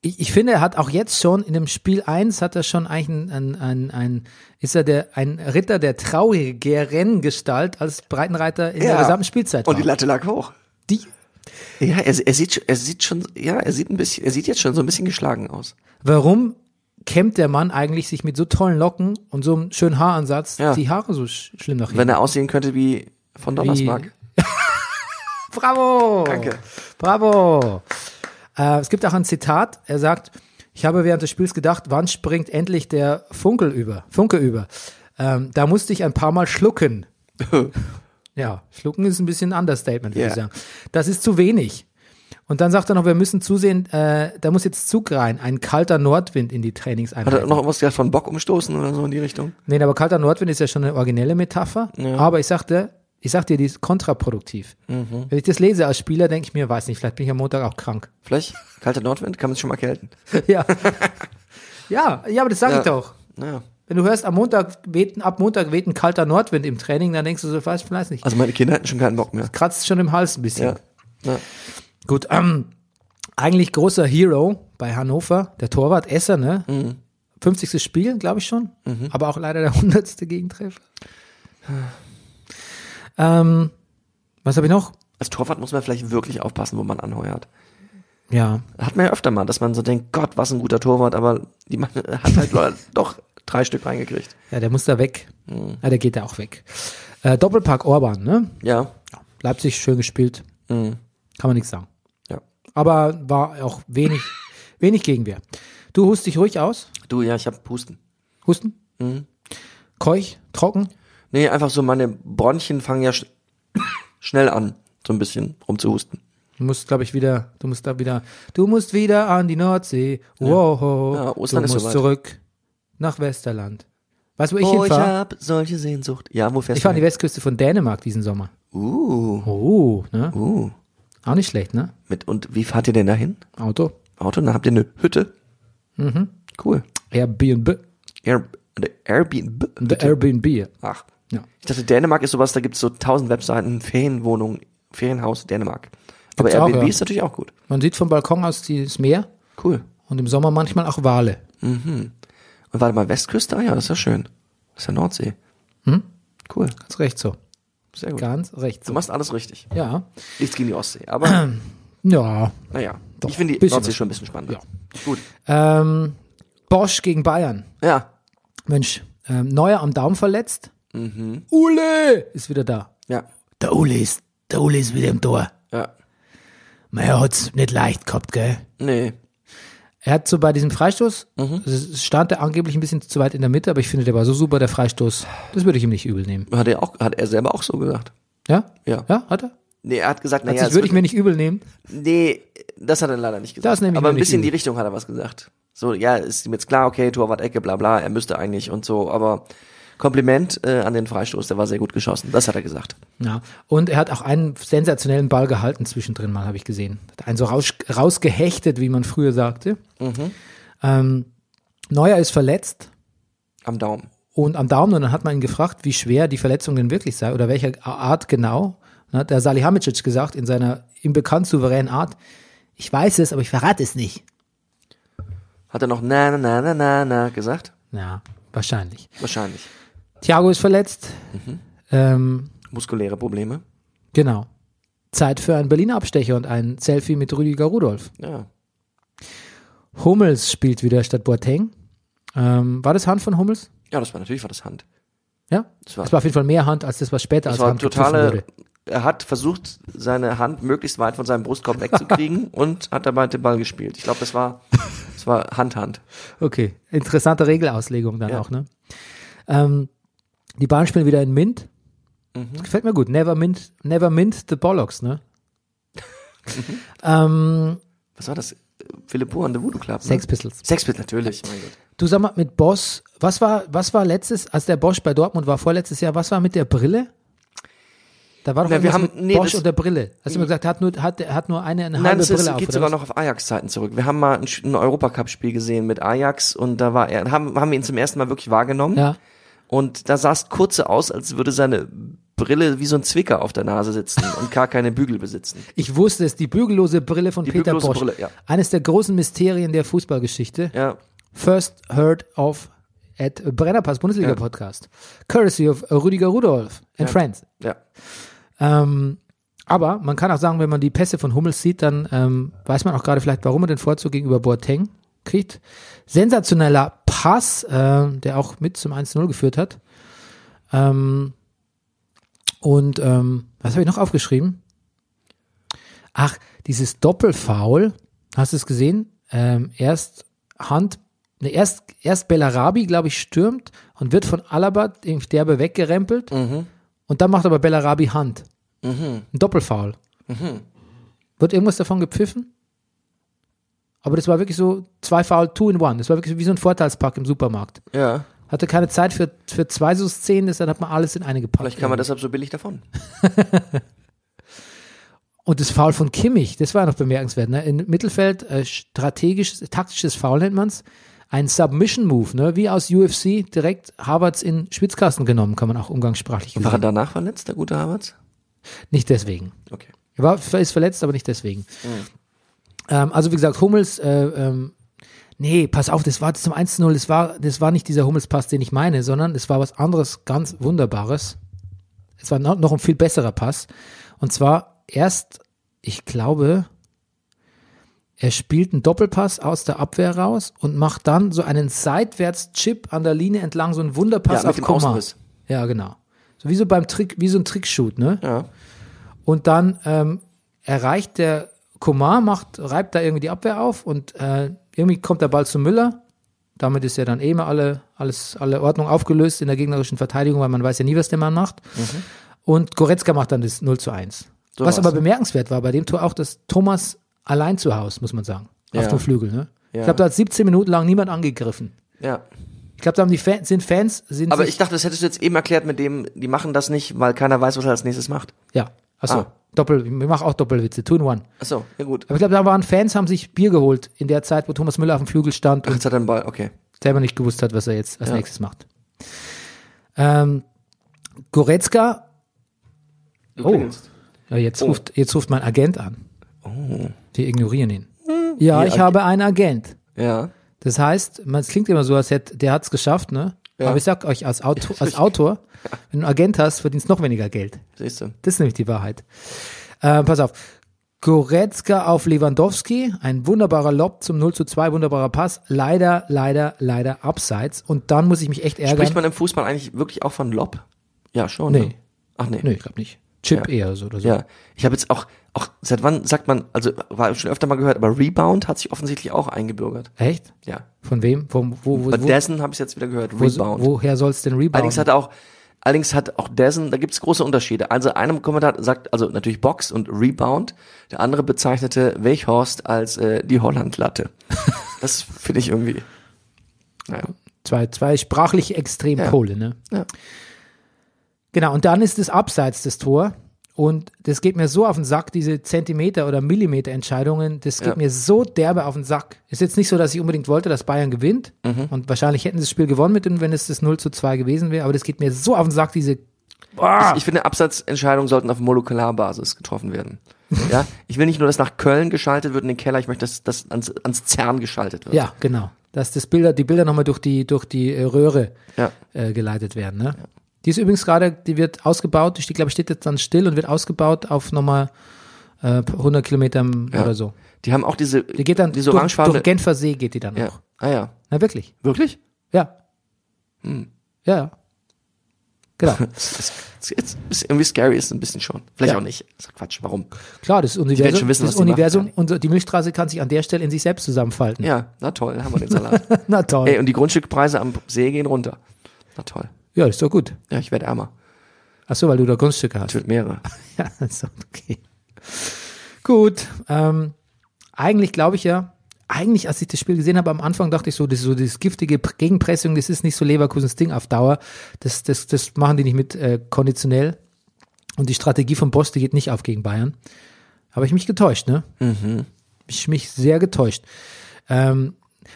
Speaker 2: ich, ich finde, er hat auch jetzt schon in dem Spiel 1 hat er schon eigentlich ein, ein, ein, ein ist er der, ein Ritter der traurigeren Gestalt als Breitenreiter in der gesamten Spielzeit.
Speaker 1: Und die
Speaker 2: war.
Speaker 1: Latte lag hoch.
Speaker 2: Die,
Speaker 1: Ja, er, er sieht, er sieht schon, ja, er sieht ein bisschen, er sieht jetzt schon so ein bisschen geschlagen aus.
Speaker 2: warum kämmt der Mann eigentlich sich mit so tollen Locken und so einem schönen Haaransatz
Speaker 1: Ja.
Speaker 2: die Haare so sch schlimm nach hinten?
Speaker 1: Wenn er aussehen könnte wie von Donnersmark.
Speaker 2: Bravo!
Speaker 1: Danke.
Speaker 2: Bravo! Äh, es gibt auch ein Zitat. Er sagt, ich habe während des Spiels gedacht, wann springt endlich der Funkel über, Funke über. Ähm, da musste ich ein paar Mal schlucken. ja, schlucken ist ein bisschen ein Understatement, würde
Speaker 1: Ja.
Speaker 2: ich sagen. Das ist zu wenig. Und dann sagt er noch, wir müssen zusehen, äh, da muss jetzt Zug rein, ein kalter Nordwind in die
Speaker 1: Hat er
Speaker 2: Trainingseinheit.
Speaker 1: noch irgendwas gesagt von Bock umstoßen oder so in die Richtung?
Speaker 2: Nee, aber kalter Nordwind ist ja schon eine originelle Metapher. Aber ich sagte, ich sag dir, die ist kontraproduktiv.
Speaker 1: Mhm.
Speaker 2: Wenn ich das lese als Spieler, denke ich mir, weiß nicht, vielleicht bin ich am Montag auch krank.
Speaker 1: Vielleicht kalter Nordwind? Kann man sich schon mal kälten.
Speaker 2: ja. ja, ja, aber das sage
Speaker 1: Ja.
Speaker 2: ich doch.
Speaker 1: Naja.
Speaker 2: Wenn du hörst, am Montag weht, ab Montag weht ein kalter Nordwind im Training, dann denkst du so, weiß, weiß nicht.
Speaker 1: Also meine Kinder hatten schon keinen Bock mehr.
Speaker 2: Kratzt schon im Hals ein bisschen.
Speaker 1: Ja. ja.
Speaker 2: Gut, ähm, eigentlich großer Hero bei Hannover, der Torwart Esser, ne?
Speaker 1: Mhm.
Speaker 2: 50. Spiel, glaube ich schon, aber auch leider der 100. Gegentreffer. ähm, was habe ich noch?
Speaker 1: Als Torwart muss man vielleicht wirklich aufpassen, wo man anheuert.
Speaker 2: Ja,
Speaker 1: Hat man ja öfter mal, dass man so denkt, Gott, was ein guter Torwart, aber die Mann hat halt leider doch drei Stück reingekriegt.
Speaker 2: ja, der muss da weg.
Speaker 1: Mhm.
Speaker 2: Ja, der geht da auch weg. Äh, Doppelpack Orban, ne?
Speaker 1: Ja.
Speaker 2: Leipzig schön gespielt,
Speaker 1: Mhm.
Speaker 2: kann man nichts sagen.
Speaker 1: Ja.
Speaker 2: Aber war auch wenig, wenig Gegenwehr. Du hust dich ruhig aus,
Speaker 1: Du, ja, ich hab Pusten.
Speaker 2: husten,
Speaker 1: Mhm.
Speaker 2: keuch, trocken,
Speaker 1: Nee, einfach so, meine Bronchien fangen ja sch schnell an, so ein bisschen rumzuhusten.
Speaker 2: Du musst, glaube ich, wieder, du musst da wieder, du musst wieder an die Nordsee. Wow.
Speaker 1: Ja, Ostern
Speaker 2: du
Speaker 1: ist
Speaker 2: musst
Speaker 1: soweit.
Speaker 2: zurück nach Westerland. Weißt du, wo ich
Speaker 1: oh, ich
Speaker 2: hinfahre?
Speaker 1: hab solche Sehnsucht. Ja, wo fährst
Speaker 2: Ich fahre an die
Speaker 1: hin?
Speaker 2: Westküste von Dänemark diesen Sommer.
Speaker 1: Uh,
Speaker 2: Oh, ne?
Speaker 1: uh.
Speaker 2: Auch nicht schlecht, ne?
Speaker 1: Mit, und wie fahrt ihr denn dahin?
Speaker 2: Auto.
Speaker 1: Auto? Dann habt ihr eine Hütte? Mhm. Cool.
Speaker 2: Airbnb.
Speaker 1: Air, Airbnb.
Speaker 2: The Airbnb.
Speaker 1: Ach.
Speaker 2: Ja.
Speaker 1: Ich dachte, Dänemark ist sowas, da gibt's so tausend Webseiten, Ferienwohnung, Ferienhaus, Dänemark. Aber
Speaker 2: Gibt's auch,
Speaker 1: Airbnb
Speaker 2: ja.
Speaker 1: ist natürlich auch gut.
Speaker 2: Man sieht vom Balkon aus das Meer
Speaker 1: Cool.
Speaker 2: und im Sommer manchmal auch Wale.
Speaker 1: Und warte mal, Westküste? Ah ja, das ist ja schön. Das ist ja Nordsee. Cool.
Speaker 2: Ganz recht so.
Speaker 1: Sehr gut.
Speaker 2: Ganz recht
Speaker 1: Du
Speaker 2: so.
Speaker 1: machst alles richtig.
Speaker 2: Ja.
Speaker 1: Nichts gegen die Ostsee, aber
Speaker 2: Ja.
Speaker 1: naja. ich finde die
Speaker 2: bisschen
Speaker 1: Nordsee
Speaker 2: was.
Speaker 1: schon ein bisschen spannender.
Speaker 2: Ja.
Speaker 1: Gut.
Speaker 2: Ähm, Bosch gegen Bayern.
Speaker 1: Ja,
Speaker 2: Mensch, ähm, Neuer am Daumen verletzt.
Speaker 1: Mhm.
Speaker 2: Ule ist wieder da.
Speaker 1: ja,
Speaker 2: Der Ule ist, der Ule ist wieder im Tor.
Speaker 1: ja.
Speaker 2: Er hat's nicht leicht gehabt, gell?
Speaker 1: Nee.
Speaker 2: Er hat so bei diesem Freistoß, also es stand er angeblich ein bisschen zu weit in der Mitte, aber ich finde, der war so super, der Freistoß. Das würde ich ihm nicht übel nehmen.
Speaker 1: Hat er, auch, hat er selber auch so gesagt.
Speaker 2: Ja?
Speaker 1: Ja.
Speaker 2: Ja, hat er?
Speaker 1: Nee, er hat gesagt, naja,
Speaker 2: das
Speaker 1: es
Speaker 2: würde ich mir
Speaker 1: wird-
Speaker 2: nicht übel nehmen.
Speaker 1: Nee, das hat er leider nicht gesagt.
Speaker 2: Das nehme ich
Speaker 1: aber
Speaker 2: mir
Speaker 1: ein
Speaker 2: nicht
Speaker 1: bisschen in die
Speaker 2: übel.
Speaker 1: Richtung hat er was gesagt. So, ja, ist ihm jetzt klar, okay, Torwart Ecke, bla bla, er müsste eigentlich und so, aber Kompliment äh, an den Freistoß, der war sehr gut geschossen. Das hat er gesagt.
Speaker 2: Ja. Und er hat auch einen sensationellen Ball gehalten zwischendrin mal, habe ich gesehen. Hat einen so raus, rausgehechtet, wie man früher sagte. Ähm, Neuer ist verletzt.
Speaker 1: Am Daumen.
Speaker 2: und am Daumen und dann hat man ihn gefragt, wie schwer die Verletzung denn wirklich sei oder welcher Art genau. Und Dann hat der Salihamidzic gesagt in seiner ihm bekannt souveränen Art, ich weiß es, aber ich verrate es nicht.
Speaker 1: Hat er noch na na na na na na gesagt?
Speaker 2: Ja, wahrscheinlich.
Speaker 1: Wahrscheinlich.
Speaker 2: Thiago ist verletzt.
Speaker 1: Mhm.
Speaker 2: Ähm,
Speaker 1: Muskuläre Probleme.
Speaker 2: genau. Zeit für einen Berliner Abstecher und ein Selfie mit Rüdiger Rudolf.
Speaker 1: Ja.
Speaker 2: Hummels spielt wieder statt Boateng. Ähm, war das Hand von Hummels?
Speaker 1: Ja, das war natürlich war das Hand.
Speaker 2: Ja.
Speaker 1: Das
Speaker 2: Das
Speaker 1: war-
Speaker 2: war, auf jeden Fall mehr Hand als das, was später
Speaker 1: Das
Speaker 2: als
Speaker 1: war
Speaker 2: Hand gepfiffen
Speaker 1: totale.
Speaker 2: Also wurde.
Speaker 1: Er hat versucht, seine Hand möglichst weit von seinem Brustkorb wegzukriegen und hat dabei den Ball gespielt. Ich glaube, das war, das war Hand Hand.
Speaker 2: Okay, interessante Regelauslegung dann
Speaker 1: Ja.
Speaker 2: auch, ne? Ähm, die Bahn spielen wieder in Mint.
Speaker 1: Mhm.
Speaker 2: Das gefällt mir gut. Never Mint, never Mint the Bollocks, ne? ähm,
Speaker 1: Was war das? Philippur und the Voodoo Club.
Speaker 2: Sex Pistols.
Speaker 1: Sexpit, natürlich. Mein Gott.
Speaker 2: Du sag mal, mit Boss, was war, was war letztes, als der Bosch bei Dortmund war, vorletztes Jahr, was war mit der Brille? Da war doch
Speaker 1: Na, wir
Speaker 2: irgendwas
Speaker 1: haben-
Speaker 2: mit
Speaker 1: nee,
Speaker 2: Bosch
Speaker 1: das- Mhm.
Speaker 2: und der Brille. Hast du immer gesagt, er hat nur, hat, er hat nur eine, eine
Speaker 1: Nein,
Speaker 2: halbe
Speaker 1: es
Speaker 2: Brille
Speaker 1: ist-
Speaker 2: auf.
Speaker 1: geht
Speaker 2: oder
Speaker 1: sogar
Speaker 2: was?
Speaker 1: noch auf Ajax-Zeiten zurück. Wir haben mal ein, Sch- ein Europacup-Spiel gesehen mit Ajax und da war er, haben, haben wir ihn zum ersten Mal wirklich wahrgenommen.
Speaker 2: Ja.
Speaker 1: Und da sah es kurze aus, als würde seine Brille wie so ein Zwicker auf der Nase sitzen und gar keine Bügel besitzen.
Speaker 2: Ich wusste es, die bügellose Brille von
Speaker 1: Die
Speaker 2: Peter
Speaker 1: bügellose
Speaker 2: Bosch.
Speaker 1: Brille, ja.
Speaker 2: Eines der großen Mysterien der Fußballgeschichte.
Speaker 1: Ja.
Speaker 2: First heard of at Brennerpass Bundesliga Podcast. Courtesy of Rüdiger Rudolph and Friends.
Speaker 1: Ja.
Speaker 2: Ähm, aber man kann auch sagen, wenn man die Pässe von Hummels sieht, dann ähm, weiß man auch gerade vielleicht, warum er den Vorzug gegenüber Boateng kriegt. Sensationeller Pass, äh, der auch mit zum 1-0 geführt hat. Ähm, und ähm, was habe ich noch aufgeschrieben? Ach, dieses Doppelfoul, hast du es gesehen? Ähm, erst Hand, ne, erst, erst Bellarabi, glaube ich, stürmt und wird von Alabat im Derbe weggerempelt. Und dann macht aber Bellarabi Hand. Ein Doppelfoul.
Speaker 1: Mhm.
Speaker 2: Wird irgendwas davon gepfiffen? Aber das war wirklich so zwei Foul, two in one. Das war wirklich wie so ein Vorteilspack im Supermarkt.
Speaker 1: Ja.
Speaker 2: Hatte keine Zeit für, für zwei so Szenen, deshalb hat man alles in eine gepackt.
Speaker 1: Vielleicht kann man deshalb so billig davon.
Speaker 2: Und das Foul von Kimmich, das war noch bemerkenswert. Ne? Im Mittelfeld äh, strategisches, taktisches Foul nennt man es. Ein Submission-Move, ne? wie aus UFC direkt Harvards in Schwitzkasten genommen, kann man auch umgangssprachlich
Speaker 1: War er
Speaker 2: sagen.
Speaker 1: danach verletzt, der gute Harvards?
Speaker 2: Nicht deswegen.
Speaker 1: Okay.
Speaker 2: Er war, ist verletzt, aber nicht deswegen. Ähm, also wie gesagt, Hummels, äh, ähm, nee, pass auf, das war zum 1-0, das war, das war nicht dieser Hummels-Pass, den ich meine, sondern es war was anderes, ganz Wunderbares. Es war noch, noch ein viel besserer Pass. Und zwar erst, ich glaube, er spielt einen Doppelpass aus der Abwehr raus und macht dann so einen Seitwärts-Chip an der Linie entlang, so einen Wunderpass
Speaker 1: Ja, mit
Speaker 2: auf
Speaker 1: dem
Speaker 2: Komma.
Speaker 1: Außenriss.
Speaker 2: Ja, genau. So wie so beim Trick, wie so ein Trickshoot, ne?
Speaker 1: Ja.
Speaker 2: Und dann ähm, erreicht der Komar, macht, reibt da irgendwie die Abwehr auf und äh, irgendwie kommt der Ball zu Müller. Damit ist ja dann eh mal alle, alles, alle Ordnung aufgelöst in der gegnerischen Verteidigung, weil man weiß ja nie, was der Mann macht. Und Goretzka macht dann das 0 zu 1.
Speaker 1: Mhm. So
Speaker 2: was
Speaker 1: war's. ne?
Speaker 2: aber bemerkenswert war bei dem Tor auch, dass Thomas allein zu Hause, muss man sagen, auf
Speaker 1: Ja.
Speaker 2: dem Flügel. Ne?
Speaker 1: Ja.
Speaker 2: Ich glaube, da hat 17 Minuten lang niemand angegriffen.
Speaker 1: Ja.
Speaker 2: Ich glaube, da haben die Fans, sind Fans, sind
Speaker 1: Aber
Speaker 2: sich-
Speaker 1: ich dachte, das hättest du jetzt eben erklärt mit dem, die machen das nicht, weil keiner weiß, was er als nächstes macht.
Speaker 2: ja, achso,
Speaker 1: Ah.
Speaker 2: Doppel, ich mache auch Doppelwitze, two in one.
Speaker 1: Ach so, ja gut.
Speaker 2: Aber ich glaube, da waren Fans, haben sich Bier geholt in der Zeit, wo Thomas Müller auf dem Flügel stand
Speaker 1: Ach,
Speaker 2: und
Speaker 1: jetzt hat er den Ball, okay.
Speaker 2: selber nicht gewusst hat, was er jetzt als nächstes macht. Ähm, Goretzka. Oh, ja, jetzt, ruft, jetzt ruft mein Agent an. Die ignorieren ihn. Ja, ich habe einen Agent.
Speaker 1: Ja.
Speaker 2: Das heißt, man- es klingt immer so, als hätte der hat es geschafft, ne? Aber ich sag euch, als, Autor, als Autor, wenn du einen Agent hast, verdienst du noch weniger Geld.
Speaker 1: Siehst du.
Speaker 2: Das ist nämlich die Wahrheit. Äh, pass auf. Goretzka auf Lewandowski, ein wunderbarer Lob zum 0 zu 2, wunderbarer Pass. Leider, leider, leider abseits. Und dann muss ich mich echt ärgern.
Speaker 1: Spricht man im Fußball eigentlich wirklich auch von Lob? Ja, schon.
Speaker 2: Nee.
Speaker 1: Ne? Ach nee.
Speaker 2: Nö, ich glaube nicht. Chip
Speaker 1: Ja.
Speaker 2: eher so oder so.
Speaker 1: Ja. Ich habe jetzt auch, auch, seit wann sagt man, also war schon öfter mal gehört, aber Rebound hat sich offensichtlich auch eingebürgert.
Speaker 2: Echt?
Speaker 1: Ja.
Speaker 2: Von wem? Von, wo, wo,
Speaker 1: Bei
Speaker 2: wo,
Speaker 1: dessen habe ich jetzt wieder gehört. Rebound.
Speaker 2: wo, woher soll's denn Rebound?
Speaker 1: Allerdings hat auch, allerdings hat auch dessen, da gibt es große Unterschiede. Also einem Kommentar sagt, also natürlich Box und Rebound, der andere bezeichnete Welchhorst als äh, die Hollandlatte. das finde ich irgendwie. Naja.
Speaker 2: zwei, zwei sprachliche Extrempole, ne?
Speaker 1: Ja.
Speaker 2: Genau, und dann ist es abseits des Tor. Und das geht mir so auf den Sack, diese Zentimeter- oder Millimeter-Entscheidungen, das geht
Speaker 1: Ja.
Speaker 2: mir so derbe auf den Sack. Ist jetzt nicht so, dass ich unbedingt wollte, dass Bayern gewinnt.
Speaker 1: Mhm.
Speaker 2: Und wahrscheinlich hätten sie das Spiel gewonnen mit dem, wenn es das 0 zu 2 gewesen wäre. Aber das geht mir so auf den Sack, diese.
Speaker 1: Ah! Ich, ich finde, Absatzentscheidungen sollten auf Molekularbasis getroffen werden. ja, ich will nicht nur, dass nach Köln geschaltet wird in den Keller, ich möchte, dass das ans, ans CERN geschaltet wird.
Speaker 2: Ja, genau. Dass das Bilder, die Bilder nochmal durch die, durch die äh, Röhre
Speaker 1: Ja.
Speaker 2: äh, geleitet werden. Ne? Die ist übrigens gerade, die wird ausgebaut, ich glaube, steht jetzt dann still und wird ausgebaut auf nochmal äh, 100 Kilometer oder so.
Speaker 1: Die haben auch diese,
Speaker 2: Die geht dann
Speaker 1: diese
Speaker 2: durch, durch
Speaker 1: orangefarbene.
Speaker 2: Genfer See geht die dann
Speaker 1: ja.
Speaker 2: auch.
Speaker 1: Ah ja.
Speaker 2: Na wirklich?
Speaker 1: Wirklich?
Speaker 2: Ja.
Speaker 1: Hm.
Speaker 2: Ja, ja. Genau.
Speaker 1: Das ist, ist, ist irgendwie scary, ist ein bisschen schon. Vielleicht
Speaker 2: Ja.
Speaker 1: auch nicht. Ist doch Quatsch, warum?
Speaker 2: Klar, das
Speaker 1: werden
Speaker 2: Universum,
Speaker 1: schon wissen,
Speaker 2: das
Speaker 1: was die
Speaker 2: Universum
Speaker 1: machen,
Speaker 2: und die Milchstraße kann sich an der Stelle in sich selbst zusammenfalten.
Speaker 1: Ja, na toll, haben wir den Salat.
Speaker 2: Na toll.
Speaker 1: Ey, und die Grundstückpreise am See gehen runter. Na toll.
Speaker 2: Ja, ist doch gut.
Speaker 1: Ja, ich werde ärmer.
Speaker 2: Ach so, weil du da Grundstücke hast.
Speaker 1: Ich werde mehrere.
Speaker 2: Ja, ist doch okay. Gut. Ähm, eigentlich glaube ich ja, eigentlich, als ich das Spiel gesehen habe, am Anfang dachte ich so, das, so dieses giftige P- Gegenpressing, das ist nicht so Leverkusens Ding auf Dauer. Das, das, das machen die nicht mit äh, konditionell. Und die Strategie von Boss, die geht nicht auf gegen Bayern. Habe ich mich getäuscht, ne?
Speaker 1: Mhm.
Speaker 2: Ich mich sehr getäuscht. Ähm,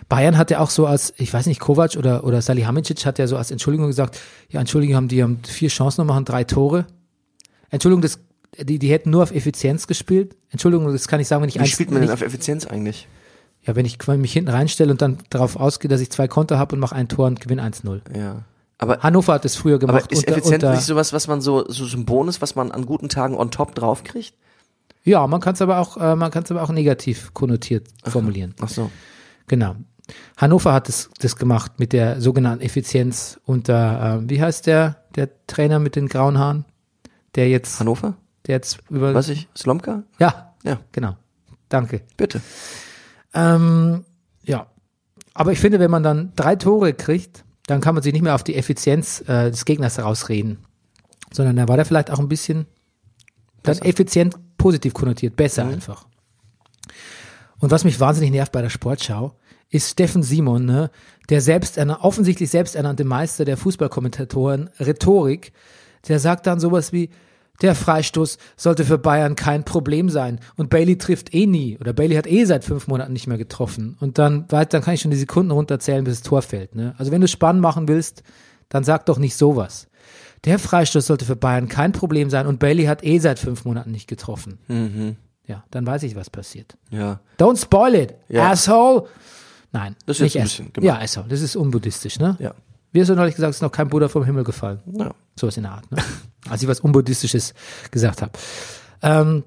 Speaker 2: Bayern hat ja auch so als, ich weiß nicht, Kovac oder, oder Salihamidzic hat ja so als Entschuldigung gesagt, ja, Entschuldigung, haben die haben vier Chancen und machen drei Tore. Entschuldigung, das, die, die hätten nur auf Effizienz gespielt. Entschuldigung, das kann ich sagen, wenn ich
Speaker 1: Wie
Speaker 2: eins-
Speaker 1: spielt man
Speaker 2: wenn
Speaker 1: denn
Speaker 2: ich,
Speaker 1: auf Effizienz eigentlich?
Speaker 2: Ja, wenn ich quasi mich hinten reinstelle und dann darauf ausgehe, dass ich zwei Konter habe und mache ein Tor und gewinne 1-0.
Speaker 1: Ja. Aber,
Speaker 2: Hannover hat es früher gemacht.
Speaker 1: aber ist
Speaker 2: unter-
Speaker 1: effizient
Speaker 2: unter-
Speaker 1: nicht sowas, was man so, so so ein Bonus, was man an guten Tagen on top draufkriegt?
Speaker 2: Ja, man kann es aber auch, äh, man kann es aber auch negativ konnotiert formulieren.
Speaker 1: Ach so.
Speaker 2: Genau. Hannover hat es das gemacht mit der sogenannten Effizienz unter, äh, wie heißt der, der Trainer mit den grauen Haaren, der jetzt,
Speaker 1: Hannover?
Speaker 2: der jetzt über,
Speaker 1: Weiß ich? Slomka?
Speaker 2: ja,
Speaker 1: Ja,
Speaker 2: genau. Danke.
Speaker 1: bitte.
Speaker 2: Ähm, ja. Aber ich finde, wenn man dann drei Tore kriegt, dann kann man sich nicht mehr auf die Effizienz äh, des Gegners rausreden. Sondern da war der vielleicht auch ein bisschen dann effizient positiv konnotiert, besser einfach. Und was mich wahnsinnig nervt bei der Sportschau, ist Steffen Simon, ne, der selbst offensichtlich selbsternannte Meister der Fußballkommentatoren Rhetorik, der sagt dann sowas wie, der Freistoß sollte für Bayern kein Problem sein. Und Bailey trifft eh nie. Oder Bailey hat eh seit fünf Monaten nicht mehr getroffen. Und dann, weit- dann kann ich schon die Sekunden runterzählen, bis das Tor fällt. Ne? Also wenn du spannend machen willst, dann sag doch nicht sowas. Der Freistoß sollte für Bayern kein Problem sein. Und Bailey hat eh seit fünf Monaten nicht getroffen. Ja, dann weiß ich, was passiert.
Speaker 1: Ja.
Speaker 2: Don't spoil it,
Speaker 1: Ja.
Speaker 2: asshole. Nein,
Speaker 1: Das ist
Speaker 2: nicht
Speaker 1: jetzt ein
Speaker 2: ass-
Speaker 1: bisschen gemein.
Speaker 2: Ja, asshole, das ist unbuddhistisch, ne?
Speaker 1: Ja.
Speaker 2: Wie hast du neulich gesagt, ist noch kein Buddha vom Himmel gefallen.
Speaker 1: ja.
Speaker 2: Sowas in der Art, ne? Als ich was Unbuddhistisches gesagt habe. Ähm,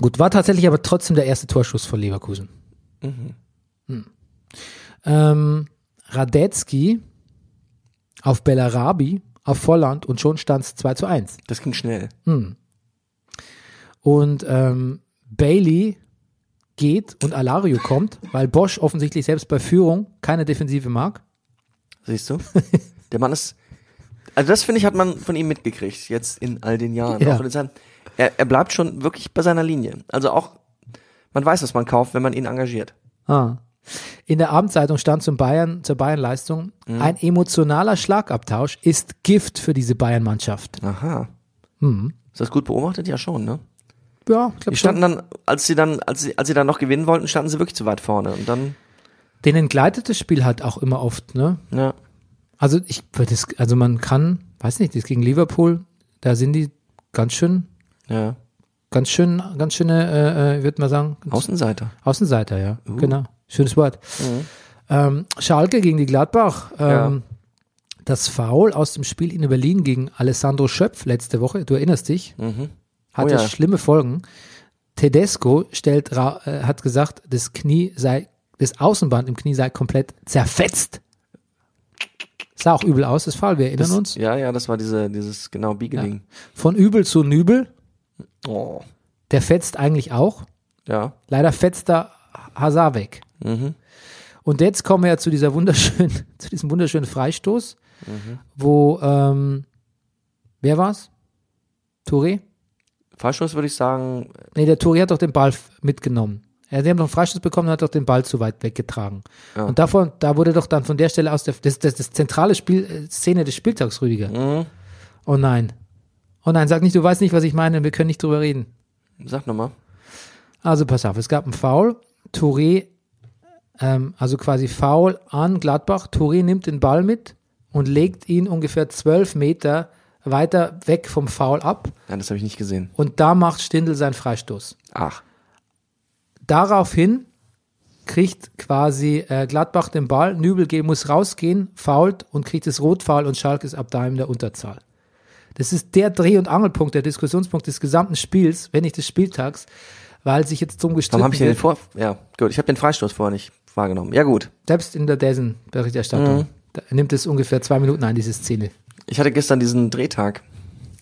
Speaker 2: gut, war tatsächlich aber trotzdem der erste Torschuss von Leverkusen.
Speaker 1: Mhm.
Speaker 2: Hm. Ähm, Radetzky auf Bellarabi, auf Volland und schon stand es 2 zu 1.
Speaker 1: Das ging schnell.
Speaker 2: Und ähm, Bailey geht und Alario kommt, weil Bosch offensichtlich selbst bei Führung keine Defensive mag.
Speaker 1: Siehst du? Der Mann ist. Also das finde ich, hat man von ihm mitgekriegt, jetzt in all den Jahren.
Speaker 2: Ja.
Speaker 1: Auch in seinem, er, er bleibt schon wirklich bei seiner Linie. Also auch, man weiß, was man kauft, wenn man ihn engagiert.
Speaker 2: Ah. In der Abendzeitung stand zum Bayern, zur Bayern-Leistung, ein emotionaler Schlagabtausch ist Gift für diese Bayern-Mannschaft.
Speaker 1: Aha. Ist das gut beobachtet? Ja, schon, ne?
Speaker 2: Ja,
Speaker 1: Mhm.
Speaker 2: ich
Speaker 1: Die
Speaker 2: glaube
Speaker 1: standen
Speaker 2: schon.
Speaker 1: dann, als sie dann, als sie, als sie dann noch gewinnen wollten, standen sie wirklich zu weit vorne. Und dann,
Speaker 2: Den entgleitet das Spiel halt auch immer oft, ne?
Speaker 1: ja,
Speaker 2: Also ich würde es, also man kann, weiß nicht, das gegen Liverpool, da sind die ganz schön,
Speaker 1: ja.
Speaker 2: ganz schön, ganz schöne, äh, äh, ich würde mal sagen, ganz
Speaker 1: Außenseiter.
Speaker 2: Außenseiter, ja.
Speaker 1: Uh.
Speaker 2: Genau. Schönes Wort.
Speaker 1: Mhm.
Speaker 2: Ähm, Schalke gegen die Gladbach. Ähm, Das Foul aus dem Spiel in Berlin gegen Alessandro Schöpf letzte Woche, du erinnerst dich, hatte
Speaker 1: Oh ja.
Speaker 2: schlimme Folgen. Tedesco stellt, ra- äh, hat gesagt, das Knie sei, das Außenband im Knie sei komplett zerfetzt. Sah auch übel aus, das Foul, wir erinnern uns.
Speaker 1: Ja, ja, das war diese, dieses, genau, Biegeling.
Speaker 2: Von übel zu nübel,
Speaker 1: Oh.
Speaker 2: der fetzt eigentlich auch.
Speaker 1: Ja.
Speaker 2: Leider fetzt da Hazard weg. Und jetzt kommen wir ja zu dieser wunderschönen, zu diesem wunderschönen Freistoß, wo ähm, wer war's? Touré?
Speaker 1: Fallschuss würde ich sagen,
Speaker 2: Nee, der Touré hat doch den Ball f- mitgenommen. Er, die haben doch einen Freistoß bekommen und hat doch den Ball zu weit weggetragen. Und davon, da wurde doch dann von der Stelle aus der, das, das, das zentrale Spiel, äh, Szene des Spieltags, Rüdiger. Oh nein. Oh nein, sag nicht, du weißt nicht, was ich meine, wir können nicht drüber reden.
Speaker 1: sag nochmal.
Speaker 2: Also pass auf, es gab einen Foul. Touré, ähm, also quasi Foul an Gladbach. Touré nimmt den Ball mit und legt ihn ungefähr zwölf Meter weiter weg vom Foul ab.
Speaker 1: Nein, das habe ich nicht gesehen.
Speaker 2: Und da macht Stindl seinen Freistoß.
Speaker 1: Ach.
Speaker 2: Daraufhin kriegt quasi äh, Gladbach den Ball, Nübel ge- muss rausgehen, fault und kriegt das Rotfaul und Schalke ist ab da in der Unterzahl. Das ist der Dreh- und Angelpunkt, der Diskussionspunkt des gesamten Spiels, wenn nicht des Spieltags, weil sich jetzt drum gestritten
Speaker 1: Warum habe ich
Speaker 2: wird.
Speaker 1: denn den vor? Ja, gut. Ich habe den Freistoß vorher nicht wahrgenommen. Ja, gut.
Speaker 2: selbst in der Dessen-Berichterstattung
Speaker 1: Mhm.
Speaker 2: da nimmt es ungefähr zwei Minuten ein, diese Szene.
Speaker 1: Ich hatte gestern diesen Drehtag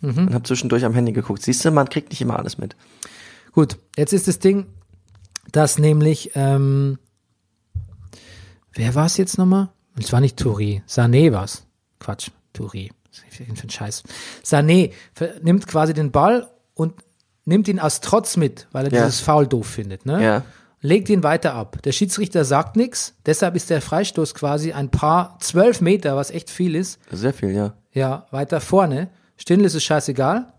Speaker 1: und habe zwischendurch am Handy geguckt. Siehst du, man kriegt nicht immer alles mit.
Speaker 2: Gut, jetzt ist das Ding, dass nämlich, ähm, wer war es jetzt nochmal? Es war nicht Touré, Sané war es. Quatsch, Touré. Was ist denn für ein Scheiß? Sané ver- nimmt quasi den Ball und nimmt ihn aus Trotz mit, weil er
Speaker 1: Ja.
Speaker 2: dieses Foul doof findet. Ne?
Speaker 1: Ja.
Speaker 2: Legt ihn weiter ab. Der Schiedsrichter sagt nichts, deshalb ist der Freistoß quasi ein paar zwölf Meter, was echt viel ist,
Speaker 1: Sehr viel, ja.
Speaker 2: Ja, weiter vorne. Stindl ist es scheißegal.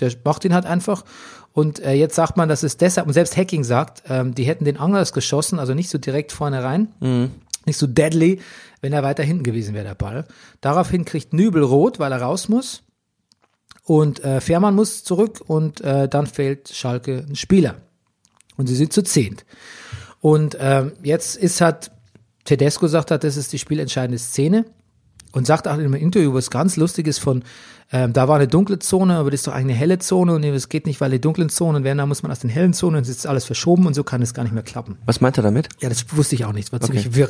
Speaker 2: Der macht ihn halt einfach. Und äh, jetzt sagt man, dass es deshalb, und selbst Hacking sagt, ähm, die hätten den anders geschossen, also nicht so direkt vorne rein, nicht so deadly, wenn er weiter hinten gewesen wäre, der Ball. Daraufhin kriegt Nübel rot, weil er raus muss. Und äh, Fährmann muss zurück und äh, dann fehlt Schalke ein Spieler. Und sie sind zu zehnt. Und ähm, jetzt ist hat Tedesco sagt hat, das ist die spielentscheidende Szene und sagt auch in einem Interview was ganz Lustiges von, ähm, da war eine dunkle Zone, aber das ist doch eigentlich eine helle Zone und das geht nicht, weil die dunklen Zonen werden, da muss man aus den hellen Zonen, es ist alles verschoben und so kann es gar nicht mehr klappen.
Speaker 1: Was meint er damit?
Speaker 2: Ja, das wusste ich auch nicht, war ziemlich wirr.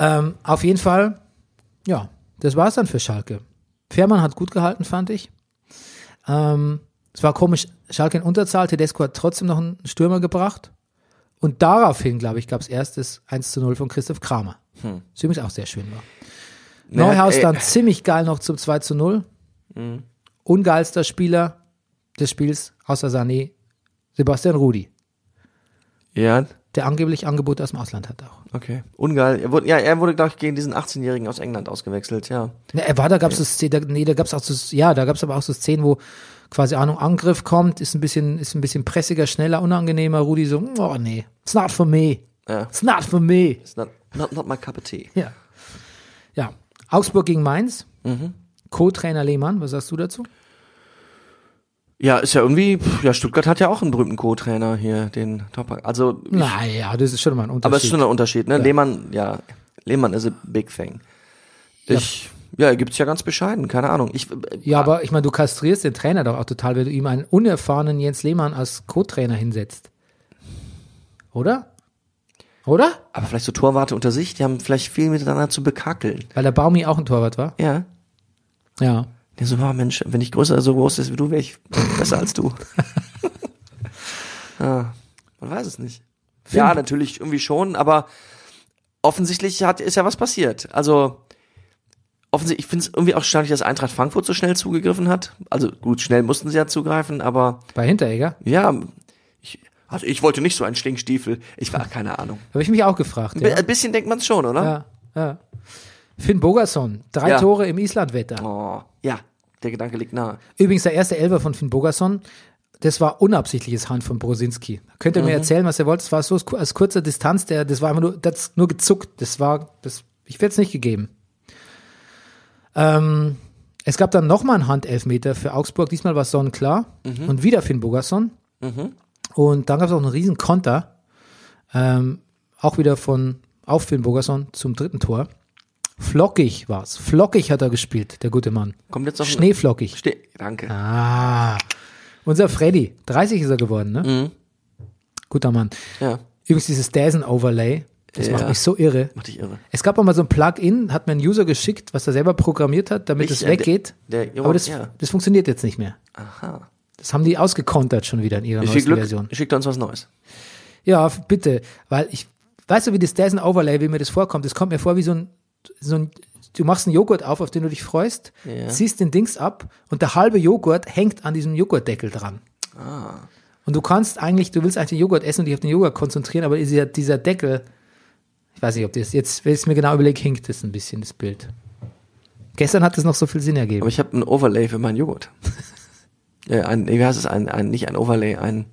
Speaker 2: Ähm, auf jeden Fall, ja, das war es dann für Schalke. Fährmann hat gut gehalten, fand ich. Ähm, es war komisch, Schalke in Unterzahl, Tedesco hat trotzdem noch einen Stürmer gebracht. Und daraufhin, glaube ich, gab es erstes 1 zu 0 von Christoph Kramer. Hm. Was übrigens auch sehr schön war. Neuhaus
Speaker 1: ey.
Speaker 2: dann ziemlich geil noch zum 2 zu 0. Ungeilster Spieler des Spiels, außer Sané, Sebastian Rudi,
Speaker 1: Ja,
Speaker 2: der angeblich Angebote aus dem Ausland hat auch.
Speaker 1: okay. Ungeil. Er wurde, ja, er wurde, glaube ich, gegen diesen 18-Jährigen aus England ausgewechselt, ja.
Speaker 2: Ne, er war, da gab's so Szenen, da, nee, da gab's auch so, ja, da gab's aber auch so Szenen, wo quasi Ahnung, Angriff kommt, ist ein bisschen, ist ein bisschen pressiger, schneller, unangenehmer. Rudi so, oh nee, it's not for me.
Speaker 1: Ja.
Speaker 2: It's not for me.
Speaker 1: It's not, not, not my cup of tea.
Speaker 2: Ja. Ja. Augsburg gegen Mainz.
Speaker 1: Mhm.
Speaker 2: Co-Trainer Lehmann, was sagst du dazu?
Speaker 1: Ja, ist ja irgendwie, pff, ja, Stuttgart hat ja auch einen berühmten Co-Trainer hier, den Toprak. Also, ich-
Speaker 2: Naja, das ist schon mal ein Unterschied.
Speaker 1: aber es ist schon ein Unterschied, ne? Lehmann, ja, Lehmann ist a big thing. Ich, ja, er gibt's ja ganz bescheiden, keine Ahnung. Ich,
Speaker 2: ja, aber ich meine, du kastrierst den Trainer doch auch total, wenn du ihm einen unerfahrenen Jens Lehmann als Co-Trainer hinsetzt. Oder? Oder?
Speaker 1: aber vielleicht so Torwarte unter sich, die haben vielleicht viel miteinander zu bekakeln.
Speaker 2: Weil der Baumi auch ein Torwart war.
Speaker 1: Ja.
Speaker 2: Ja.
Speaker 1: Der so, oh Mensch, wenn ich größer so groß ist wie du, wäre ich besser als du. ja, man weiß es nicht. Ja, natürlich, irgendwie schon, aber offensichtlich hat, ist ja was passiert. Also, offensichtlich, ich finde es irgendwie auch erstaunlich, dass Eintracht Frankfurt so schnell zugegriffen hat. Also gut, schnell mussten sie ja zugreifen, aber
Speaker 2: Bei Hinteregger.
Speaker 1: ja, ich, also ich wollte nicht so einen Stinkstiefel. Ich war, keine Ahnung.
Speaker 2: Habe ich mich auch gefragt.
Speaker 1: Bi-
Speaker 2: Ja.
Speaker 1: Ein bisschen denkt man es schon, oder?
Speaker 2: ja, ja. Finn Bogerson, drei
Speaker 1: Ja.
Speaker 2: Tore im Islandwetter.
Speaker 1: Oh, ja, der Gedanke liegt nahe.
Speaker 2: Übrigens, der erste Elfer von Finn Bogerson, das war unabsichtliches Hand von Brosinski. Könnt
Speaker 1: Mhm.
Speaker 2: ihr mir erzählen, was ihr wollt? Das war so aus- aus kurzer Distanz, der, das war einfach nur, das nur gezuckt. Das war, das, ich werde es nicht gegeben. Ähm, es gab dann nochmal einen Handelfmeter für Augsburg. Diesmal war es sonnenklar.
Speaker 1: Mhm.
Speaker 2: Und wieder Finn Bogerson. Und dann gab es auch einen riesen Konter. Ähm, auch wieder von auf Finn Bogerson zum dritten Tor. Flockig war es. Flockig hat er gespielt, der gute Mann.
Speaker 1: Kommt jetzt noch ein-
Speaker 2: Schneeflockig.
Speaker 1: Ste Danke.
Speaker 2: Ah, unser Freddy. 30 ist er geworden, ne?
Speaker 1: Mhm.
Speaker 2: Guter Mann.
Speaker 1: Ja,
Speaker 2: Übrigens, dieses Dazen-Overlay, das
Speaker 1: Ja.
Speaker 2: macht mich so irre.
Speaker 1: macht dich irre.
Speaker 2: Es gab auch mal so ein Plugin, hat mir ein User geschickt, was er selber programmiert hat, damit
Speaker 1: Ich,
Speaker 2: es
Speaker 1: äh,
Speaker 2: weggeht.
Speaker 1: der- der-
Speaker 2: Aber das,
Speaker 1: ja.
Speaker 2: das funktioniert jetzt nicht mehr.
Speaker 1: Aha.
Speaker 2: Das haben die ausgekontert schon wieder in ihrer
Speaker 1: Viel
Speaker 2: neuesten
Speaker 1: Glück,
Speaker 2: Version.
Speaker 1: schickt uns was Neues.
Speaker 2: Ja, f- bitte, weil ich, weißt du, wie das Dazen-Overlay, wie mir das vorkommt? Das kommt mir vor wie so ein, so ein du machst einen Joghurt auf, auf den du dich freust,
Speaker 1: Ja.
Speaker 2: ziehst den Dings ab und der halbe Joghurt hängt an diesem Joghurtdeckel dran.
Speaker 1: Ah.
Speaker 2: Und du kannst eigentlich, du willst eigentlich den Joghurt essen und dich auf den Joghurt konzentrieren, aber dieser, dieser Deckel, ich weiß nicht, ob das jetzt, wenn ich es mir genau überlege, hinkt das ein bisschen, das Bild. Gestern hat es noch so viel Sinn ergeben.
Speaker 1: Aber ich habe ein Overlay für meinen Joghurt. ja, ein, wie heißt es? Ein, ein, nicht ein Overlay, ein.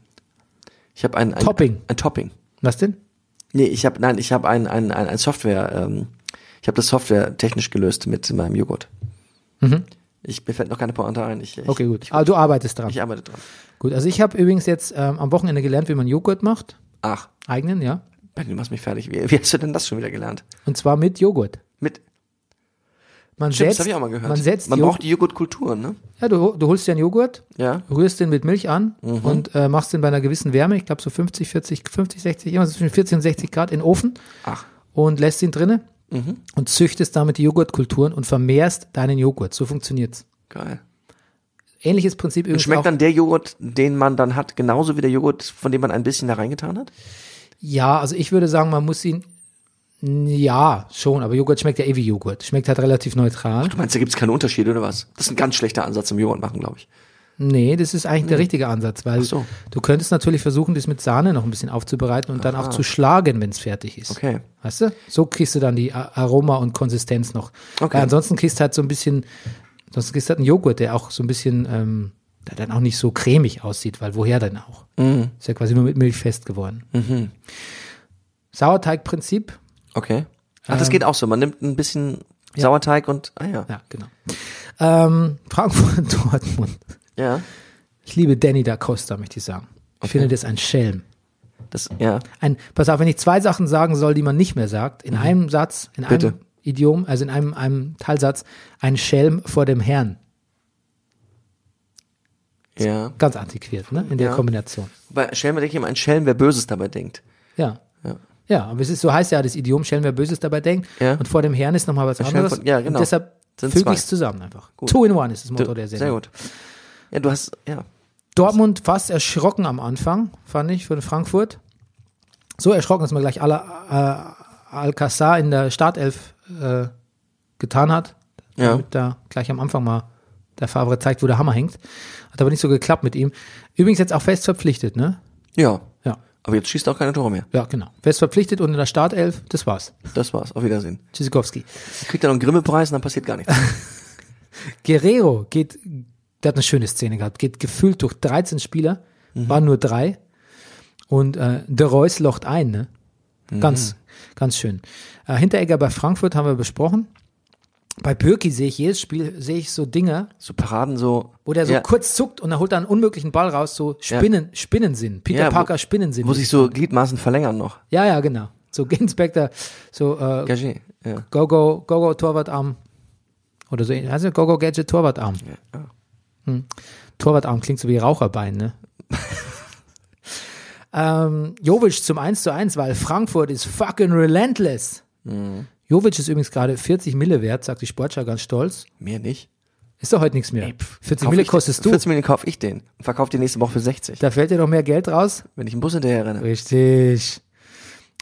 Speaker 1: Ich habe ein, ein.
Speaker 2: Topping.
Speaker 1: Ein Topping.
Speaker 2: Was denn?
Speaker 1: Nee, ich habe, nein, ich habe ein, ein, ein, ein Software. Ähm, ich habe das Software technisch gelöst mit meinem Joghurt. Ich, mir fällt noch keine Pointe ein. Ich, ich,
Speaker 2: Mhm. Okay, gut.
Speaker 1: Ich,
Speaker 2: Aber du arbeitest dran.
Speaker 1: ich arbeite dran.
Speaker 2: Gut, also ich habe übrigens jetzt ähm, am Wochenende gelernt, wie man Joghurt macht.
Speaker 1: Ach,
Speaker 2: Eigenen, ja.
Speaker 1: Benny, du machst mich fertig. Wie, wie hast du denn das schon wieder gelernt?
Speaker 2: Und zwar mit Joghurt.
Speaker 1: Mit.
Speaker 2: Man
Speaker 1: Stimmt, das
Speaker 2: setzt,
Speaker 1: habe ich auch mal gehört.
Speaker 2: Man setzt
Speaker 1: man
Speaker 2: Joghurt-
Speaker 1: braucht die Joghurtkultur, ne?
Speaker 2: ja, du, du holst dir einen Joghurt,
Speaker 1: Ja. Mhm.
Speaker 2: rührst den mit Milch an und äh, machst den bei einer gewissen Wärme, ich glaube so 50, 40, 50, 60, immer so zwischen 40 und 60 Grad in den Ofen
Speaker 1: Ach. Mhm.
Speaker 2: und lässt ihn drinnen und züchtest damit die Joghurtkulturen und vermehrst deinen Joghurt. So funktioniert's.
Speaker 1: Geil.
Speaker 2: Ähnliches Prinzip
Speaker 1: Und
Speaker 2: übrigens auch,
Speaker 1: schmeckt dann der Joghurt, den man dann hat, genauso wie der Joghurt, von dem man ein bisschen da reingetan hat?
Speaker 2: Ja, also ich würde sagen, man muss ihn ja, schon, aber Joghurt schmeckt ja eh wie Joghurt. Schmeckt halt relativ neutral.
Speaker 1: Du meinst, da gibt's keine Unterschiede oder was? Das ist ein ganz schlechter Ansatz zum Joghurt machen, glaube ich.
Speaker 2: Nee, das ist eigentlich der richtige Ansatz, weil
Speaker 1: Ach so.
Speaker 2: du könntest natürlich versuchen, das mit Sahne noch ein bisschen aufzubereiten und dann auch zu schlagen, wenn es fertig ist.
Speaker 1: Okay.
Speaker 2: Weißt du? So kriegst du dann die A- Aroma und Konsistenz noch.
Speaker 1: Okay.
Speaker 2: Weil ansonsten kriegst du halt so ein bisschen, sonst kriegst du halt einen Joghurt, der auch so ein bisschen, ähm, der dann auch nicht so cremig aussieht, weil woher denn auch?
Speaker 1: Mhm.
Speaker 2: Ist ja quasi nur mit Milch fest geworden. Sauerteigprinzip.
Speaker 1: Ähm, Okay. Ach, das geht auch so. Man nimmt ein bisschen Sauerteig und, ah ja.
Speaker 2: Ja, genau. Ähm, Frankfurt Dortmund.
Speaker 1: Ja.
Speaker 2: Ich liebe Danny da Costa, möchte ich sagen. Ich finde das ein Schelm.
Speaker 1: Das, ja.
Speaker 2: Ein, pass auf, wenn ich zwei Sachen sagen soll, die man nicht mehr sagt, in einem Satz, in
Speaker 1: Mhm. Bitte.
Speaker 2: einem Idiom, also in einem, einem Teilsatz, ein Schelm vor dem Herrn.
Speaker 1: Ja.
Speaker 2: Ganz antiquiert, ne? In der
Speaker 1: Ja.
Speaker 2: Kombination.
Speaker 1: Wobei, Schelm denkt immer ein Schelm, wer Böses dabei denkt.
Speaker 2: Ja.
Speaker 1: Ja.
Speaker 2: Ja, aber es ist, so heißt ja das Idiom, Schelm, wer Böses dabei denkt.
Speaker 1: Ja.
Speaker 2: Und vor dem Herrn ist nochmal was
Speaker 1: Schelm
Speaker 2: anderes.
Speaker 1: vor- ja, genau.
Speaker 2: Und deshalb
Speaker 1: Sind
Speaker 2: füge
Speaker 1: zwei.
Speaker 2: ich es zusammen einfach.
Speaker 1: Gut.
Speaker 2: Two in one ist das Motto
Speaker 1: Du,
Speaker 2: der Sendung.
Speaker 1: sehr gut. Ja, du hast, ja.
Speaker 2: Dortmund fast erschrocken am Anfang, fand ich, für Frankfurt. So erschrocken, dass man gleich Ala, äh, Alcázar in der Startelf äh, getan hat.
Speaker 1: Ja.
Speaker 2: Damit da gleich am Anfang mal der Favre zeigt, wo der Hammer hängt. Hat aber nicht so geklappt mit ihm. Übrigens jetzt auch fest verpflichtet, ne?
Speaker 1: Ja.
Speaker 2: Ja.
Speaker 1: Aber jetzt schießt er auch keine Tore mehr.
Speaker 2: Ja, genau. Fest verpflichtet und in der Startelf, das war's.
Speaker 1: Das war's. Auf Wiedersehen.
Speaker 2: Tschüssikowski.
Speaker 1: Kriegt er noch einen Grimme-Preis und dann passiert gar nichts.
Speaker 2: Guerrero geht, der hat eine schöne Szene gehabt, geht gefühlt durch 13 Spieler,
Speaker 1: Mhm.
Speaker 2: waren nur drei. Und äh, der Reus locht ein, ne?
Speaker 1: Mhm.
Speaker 2: Ganz, ganz schön. Äh, Hinteregger bei Frankfurt haben wir besprochen. Bei Bürki sehe ich jedes Spiel, sehe ich so Dinge,
Speaker 1: So Paraden so.
Speaker 2: wo der so
Speaker 1: ja,
Speaker 2: kurz zuckt und dann holt er einen unmöglichen Ball raus, so Spinnen, Spinnensinn. Peter
Speaker 1: Ja, wo-
Speaker 2: Parker Spinnensinn.
Speaker 1: Muss ich so Gliedmaßen verlängern noch.
Speaker 2: ja, ja, genau. So Inspector, so äh,
Speaker 1: Gagé. Ja.
Speaker 2: Go-Go, Go-Go Torwartarm. Oder so, ähnlich. also Go-Go Gadget Torwartarm.
Speaker 1: ja.
Speaker 2: Hm. Torwartarm klingt so wie Raucherbein, ne? ähm, Jovic zum 1 zu 1, weil Frankfurt ist fucking relentless. Jovic ist übrigens gerade 40 Mille wert, sagt die Sportschau ganz stolz.
Speaker 1: Mehr nicht.
Speaker 2: Ist doch heute nichts mehr. 40
Speaker 1: Kauf
Speaker 2: Mille
Speaker 1: ich-
Speaker 2: kostest du.
Speaker 1: 14 Millionen kauf ich den. Und verkauf den nächste Woche für 60.
Speaker 2: Da fällt dir doch mehr Geld raus.
Speaker 1: Wenn ich einen Bus hinterher renne.
Speaker 2: Richtig.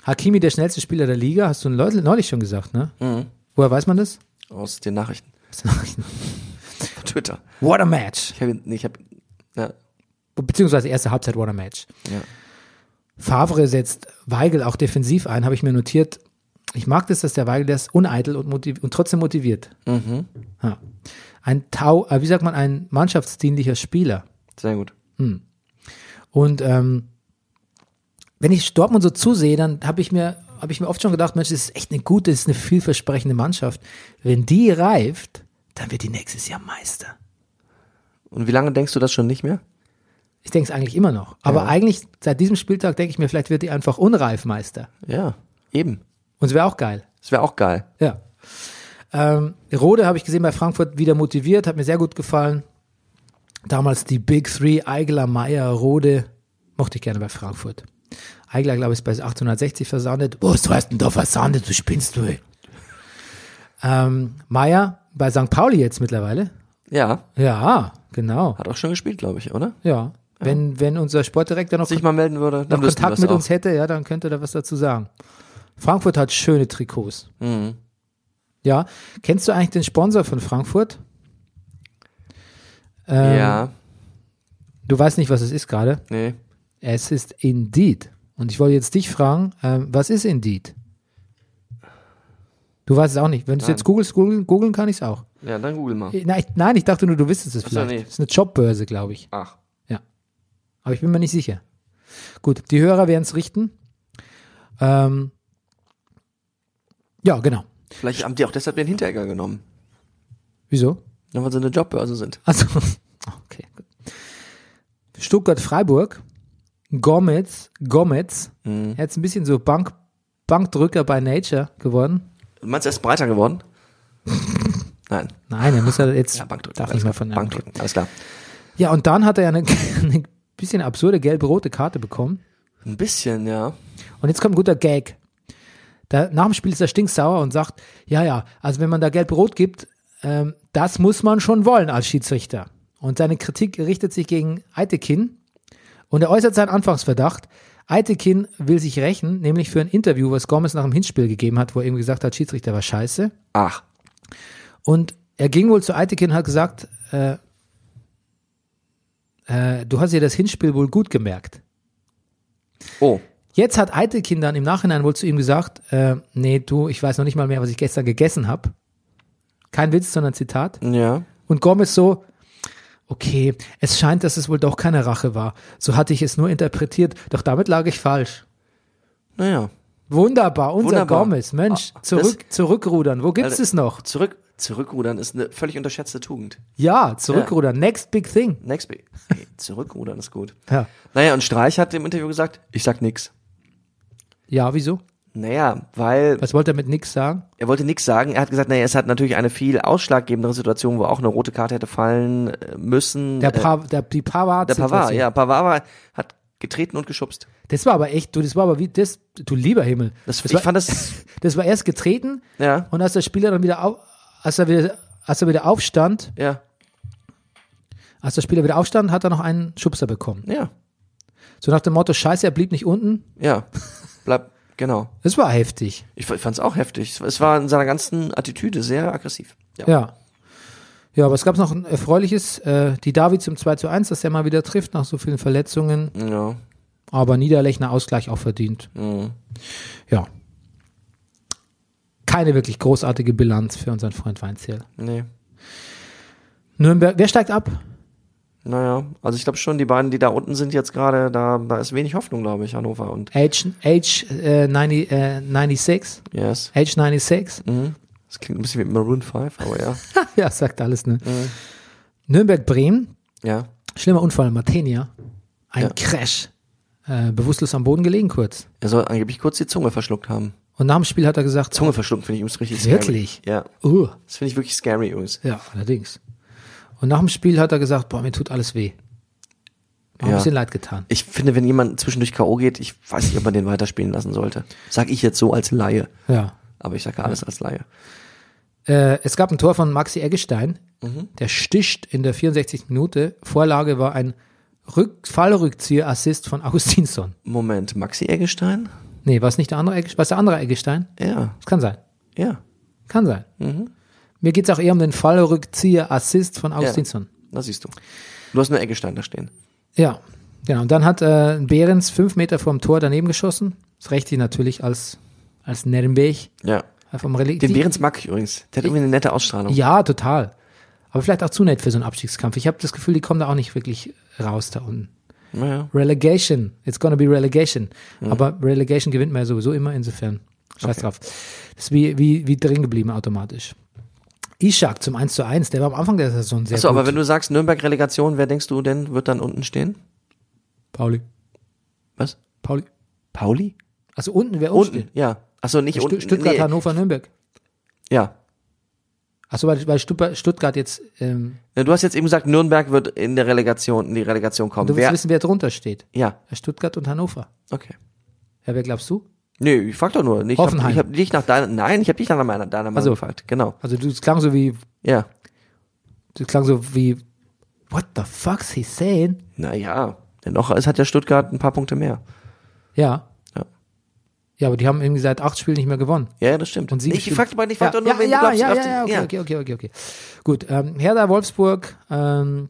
Speaker 2: Hakimi, der schnellste Spieler der Liga, hast du neul- neulich schon gesagt, ne? Woher weiß man das?
Speaker 1: Aus den Nachrichten. Auf Twitter.
Speaker 2: What a match.
Speaker 1: Ich habe, nee, ich habe, ja,
Speaker 2: beziehungsweise erste Halbzeit What a Match.
Speaker 1: Ja.
Speaker 2: Favre setzt Weigel auch defensiv ein, habe ich mir notiert. Ich mag das, dass der Weigel, der ist uneitel und, motiv und trotzdem motiviert. Ja. Ein Tau, äh, wie sagt man, ein mannschaftsdienlicher Spieler.
Speaker 1: sehr gut.
Speaker 2: Und ähm, wenn ich Dortmund so zusehe, dann habe ich mir habe ich mir oft schon gedacht, Mensch, das ist echt eine gute, das ist eine vielversprechende Mannschaft. Wenn die reift, dann wird die nächstes Jahr Meister.
Speaker 1: Und wie lange denkst du das schon nicht mehr?
Speaker 2: Ich denke es eigentlich immer noch. Aber eigentlich seit diesem Spieltag denke ich mir, vielleicht wird die einfach unreif Meister.
Speaker 1: Ja, eben.
Speaker 2: Und es wäre auch geil.
Speaker 1: Das wäre auch geil.
Speaker 2: Ja. Ähm, Rode habe ich gesehen bei Frankfurt wieder motiviert, hat mir sehr gut gefallen. Damals die Big Three, Eigler, Meier, Rode, mochte ich gerne bei Frankfurt. Eigler, glaube ich, ist bei 860 versandet. Was du hast denn da versandet? Du spinnst du. ey. Ähm, Meier bei St. Pauli jetzt mittlerweile.
Speaker 1: Ja,
Speaker 2: Ja, genau.
Speaker 1: hat auch schon gespielt, glaube ich, oder?
Speaker 2: Ja. Wenn, wenn unser Sportdirektor noch
Speaker 1: Sich mal melden würde,
Speaker 2: noch
Speaker 1: dann wüssten wir
Speaker 2: Kontakt
Speaker 1: es
Speaker 2: mit
Speaker 1: auch.
Speaker 2: uns hätte, ja, dann könnte er was dazu sagen. Frankfurt hat schöne Trikots.
Speaker 1: Mhm.
Speaker 2: Ja, kennst du eigentlich den Sponsor von Frankfurt? Ähm,
Speaker 1: Ja,
Speaker 2: Du weißt nicht, was es ist gerade.
Speaker 1: nee.
Speaker 2: Es ist Indeed. Und ich wollte jetzt dich fragen, ähm, was ist Indeed? Du weißt es auch nicht. Wenn du es
Speaker 1: Nein.
Speaker 2: jetzt googelst, googeln, googeln kann ich es auch.
Speaker 1: Ja, dann google mal.
Speaker 2: Nein ich, nein, ich dachte nur, du wüsstest es
Speaker 1: so,
Speaker 2: vielleicht.
Speaker 1: nee.
Speaker 2: Es ist eine Jobbörse, glaube ich.
Speaker 1: Ach.
Speaker 2: Aber ich bin mir nicht sicher. Gut, die Hörer werden es richten. Ähm, ja, genau.
Speaker 1: Vielleicht haben die auch deshalb den Hinteregger genommen.
Speaker 2: Wieso?
Speaker 1: Ja, weil sie eine Jobbörse sind.
Speaker 2: Also, okay. gut. Stuttgart-Freiburg, Gomez, Gomez,
Speaker 1: Mhm.
Speaker 2: er hat ein bisschen so Bank, Bankdrücker bei Nature geworden.
Speaker 1: Du meinst, er ist breiter geworden? Nein.
Speaker 2: Nein, er muss ja jetzt,
Speaker 1: Ja, Bankdrücken.
Speaker 2: darf
Speaker 1: alles
Speaker 2: nicht mehr
Speaker 1: klar.
Speaker 2: von
Speaker 1: Bankdrücken, alles klar.
Speaker 2: Ja, und dann hat er ja eine, eine bisschen absurde gelb-rote Karte bekommen.
Speaker 1: Ein bisschen, ja.
Speaker 2: Und jetzt kommt ein guter Gag. Da, nach dem Spiel ist er stinksauer und sagt, ja, ja, also wenn man da gelb-rot gibt, ähm, das muss man schon wollen als Schiedsrichter. Und seine Kritik richtet sich gegen Eitekin. Und er äußert seinen Anfangsverdacht. Eitekin will sich rächen, nämlich für ein Interview, was Gomez nach dem Hinspiel gegeben hat, wo er irgendwie gesagt hat, Schiedsrichter war scheiße.
Speaker 1: Ach.
Speaker 2: Und er ging wohl zu Eitekin und hat gesagt, äh, äh, du hast dir das Hinspiel wohl gut gemerkt.
Speaker 1: Oh.
Speaker 2: Jetzt hat Eitelkind dann im Nachhinein wohl zu ihm gesagt, äh, nee, du, ich weiß noch nicht mal mehr, was ich gestern gegessen habe. Kein Witz, sondern Zitat.
Speaker 1: Ja.
Speaker 2: Und Gomez so, okay, es scheint, dass es wohl doch keine Rache war. So hatte ich es nur interpretiert, doch damit lag ich falsch.
Speaker 1: Naja.
Speaker 2: Wunderbar, unser
Speaker 1: Wunderbar.
Speaker 2: Gomez, Mensch,
Speaker 1: Ah, das-
Speaker 2: zurück, zurückrudern, wo gibt's
Speaker 1: Alter.
Speaker 2: es noch?
Speaker 1: Zurück Zurückrudern ist eine völlig unterschätzte Tugend.
Speaker 2: Ja, zurückrudern. Next big thing.
Speaker 1: Next big. Hey, zurückrudern ist gut.
Speaker 2: Ja.
Speaker 1: Naja, und Streich hat im Interview gesagt, ich sag nix.
Speaker 2: Ja, wieso?
Speaker 1: Naja, weil
Speaker 2: Was wollte er mit nix sagen?
Speaker 1: er wollte nichts sagen. Er hat gesagt, naja, es hat natürlich eine viel ausschlaggebendere Situation, wo auch eine rote Karte hätte fallen äh, müssen.
Speaker 2: Der,
Speaker 1: Äh,
Speaker 2: pa der, die Pavard.
Speaker 1: der Pavard, ja. Pavard war- hat getreten und geschubst.
Speaker 2: Das war aber echt, du, das war aber wie, das, du lieber Himmel.
Speaker 1: Das,
Speaker 2: das
Speaker 1: ich
Speaker 2: war,
Speaker 1: fand das,
Speaker 2: das war erst getreten
Speaker 1: ja,
Speaker 2: und als der Spieler dann wieder, au, als er wieder, als er wieder aufstand,
Speaker 1: ja,
Speaker 2: als der Spieler wieder aufstand, hat er noch einen Schubser bekommen.
Speaker 1: ja,
Speaker 2: So nach dem Motto, scheiße, er blieb nicht unten.
Speaker 1: ja. Bleib, genau.
Speaker 2: Das war heftig.
Speaker 1: Ich fand es auch heftig. Es war- Es war in seiner ganzen Attitüde sehr aggressiv. Ja.
Speaker 2: Ja. Ja, aber es gab noch ein erfreuliches, äh, die David zum 2 zu 1, dass er mal wieder trifft nach so vielen Verletzungen,
Speaker 1: ja.
Speaker 2: aber Niederlechner Ausgleich auch verdient.
Speaker 1: Mhm.
Speaker 2: Ja. Keine wirklich großartige Bilanz für unseren Freund Weinzierl.
Speaker 1: Nee.
Speaker 2: Nürnberg, wer steigt ab?
Speaker 1: Naja, also ich glaube schon, die beiden, die da unten sind jetzt gerade, da, da ist wenig Hoffnung, glaube ich, Hannover und
Speaker 2: Age, Age äh, 90, äh, 96?
Speaker 1: Yes.
Speaker 2: Age 96?
Speaker 1: Mhm. Das klingt ein bisschen wie Maroon 5, aber ja.
Speaker 2: ja, sagt alles, ne? Nürnberg-Bremen,
Speaker 1: ja.
Speaker 2: schlimmer Unfall, Martenia. Ein
Speaker 1: Ja.
Speaker 2: Crash. Äh, bewusstlos am Boden gelegen kurz.
Speaker 1: Er soll angeblich kurz die Zunge verschluckt haben.
Speaker 2: Und nach dem Spiel hat er gesagt,
Speaker 1: Zunge verschluckt finde ich übrigens richtig
Speaker 2: Wirklich?
Speaker 1: scary. Ja.
Speaker 2: uh,
Speaker 1: Das finde ich wirklich scary übrigens.
Speaker 2: ja, allerdings. Und nach dem Spiel hat er gesagt, boah, mir tut alles weh. Mir hat
Speaker 1: Ja.
Speaker 2: ein bisschen leid getan.
Speaker 1: Ich finde, wenn jemand zwischendurch K.O. geht, ich weiß nicht, ob man den weiterspielen lassen sollte. Sag ich jetzt so als Laie.
Speaker 2: Ja.
Speaker 1: Aber ich sage alles als Laie.
Speaker 2: Äh, es gab ein Tor von Maxi Eggestein,
Speaker 1: Mhm.
Speaker 2: der sticht in der 64. Minute. Vorlage war ein Rück Fallrückzieher-Assist von Augustinsson.
Speaker 1: Moment, Maxi Eggestein?
Speaker 2: Nee, war es nicht der andere Eggestein? War es der andere Eggestein?
Speaker 1: Ja,
Speaker 2: Das kann sein.
Speaker 1: ja.
Speaker 2: Kann sein.
Speaker 1: Mhm.
Speaker 2: Mir geht's auch eher um den Fallrückzieher-Assist von Augustinsson.
Speaker 1: Da siehst du. Du hast nur Eggestein da stehen.
Speaker 2: Ja. Genau. Und dann hat äh, Behrens fünf Meter vom Tor daneben geschossen. Das Rechte natürlich als, als Nürnberg. äh,
Speaker 1: Ja.
Speaker 2: Vom Reli
Speaker 1: Den
Speaker 2: die-
Speaker 1: Behrens mag ich übrigens. Der hat irgendwie eine nette Ausstrahlung.
Speaker 2: Ja, total. Aber vielleicht auch zu nett für so einen Abstiegskampf. Ich habe das Gefühl, die kommen da auch nicht wirklich raus da unten.
Speaker 1: Naja.
Speaker 2: Relegation. It's gonna be relegation.
Speaker 1: Mhm.
Speaker 2: Aber Relegation gewinnt man ja sowieso immer, insofern. Scheiß drauf. Das ist wie, wie, wie drin geblieben automatisch. Ishak zum 1 zu 1, der war am Anfang der Saison sehr
Speaker 1: Achso,
Speaker 2: gut.
Speaker 1: aber wenn du sagst Nürnberg-Relegation, wer denkst du denn, wird dann unten stehen?
Speaker 2: Pauli,
Speaker 1: Was?
Speaker 2: Pauli.
Speaker 1: Pauli?
Speaker 2: Also unten, wer unten?
Speaker 1: Unten,
Speaker 2: steht?
Speaker 1: ja. Achso, nicht
Speaker 2: Stu-
Speaker 1: unten.
Speaker 2: Stuttgart,
Speaker 1: nee.
Speaker 2: Hannover, Nürnberg.
Speaker 1: Ja.
Speaker 2: Achso, weil, weil Stuttgart- Stuttgart jetzt, ähm,
Speaker 1: Na, Du hast jetzt eben gesagt, Nürnberg wird in der Relegation, in die Relegation kommen.
Speaker 2: du willst
Speaker 1: wer?
Speaker 2: wissen, wer drunter steht.
Speaker 1: Ja,
Speaker 2: Stuttgart und Hannover.
Speaker 1: okay.
Speaker 2: Ja, wer glaubst du?
Speaker 1: Nee, ich frag doch nur. Ich hab-
Speaker 2: Hoffenheim.
Speaker 1: Ich hab dich nach deiner, nein, ich habe dich nach deiner, deiner Meinung
Speaker 2: Also.
Speaker 1: gefragt. Genau.
Speaker 2: Also du, es klang so wie,
Speaker 1: Ja.
Speaker 2: das klang so wie, what the fuck's he saying?
Speaker 1: Naja. Dennoch es hat ja Stuttgart ein paar Punkte mehr.
Speaker 2: Ja.
Speaker 1: Ja.
Speaker 2: Ja, aber die haben irgendwie seit acht Spielen nicht mehr gewonnen.
Speaker 1: Ja, das stimmt.
Speaker 2: Und sieben
Speaker 1: ich
Speaker 2: Spiele-
Speaker 1: frag, ich frag
Speaker 2: ja,
Speaker 1: doch nur,
Speaker 2: ja,
Speaker 1: wen
Speaker 2: ja,
Speaker 1: du glaubst.
Speaker 2: ja,
Speaker 1: auf
Speaker 2: ja,
Speaker 1: den-
Speaker 2: ja, okay, okay, okay, okay, okay. Gut, ähm, Hertha Wolfsburg, ähm,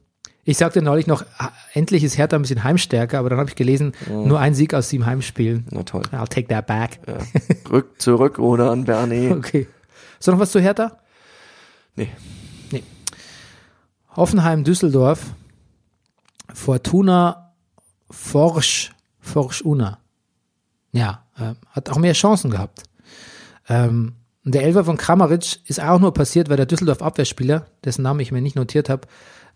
Speaker 2: ich sagte neulich noch, ah, endlich ist Hertha ein bisschen heimstärker, aber dann habe ich gelesen,
Speaker 1: Mhm.
Speaker 2: nur ein Sieg aus sieben Heimspielen.
Speaker 1: Na toll.
Speaker 2: I'll take that back.
Speaker 1: Rück zurück oder an Bernie.
Speaker 2: Okay. Ist noch was zu Hertha?
Speaker 1: Nee.
Speaker 2: Hoffenheim, Düsseldorf, Fortuna, Forsch, Forschuna. Ja, äh, hat auch mehr Chancen gehabt. Ähm, und der Elfer von Kramaric ist auch nur passiert, weil der Düsseldorf Abwehrspieler, dessen Namen ich mir nicht notiert habe,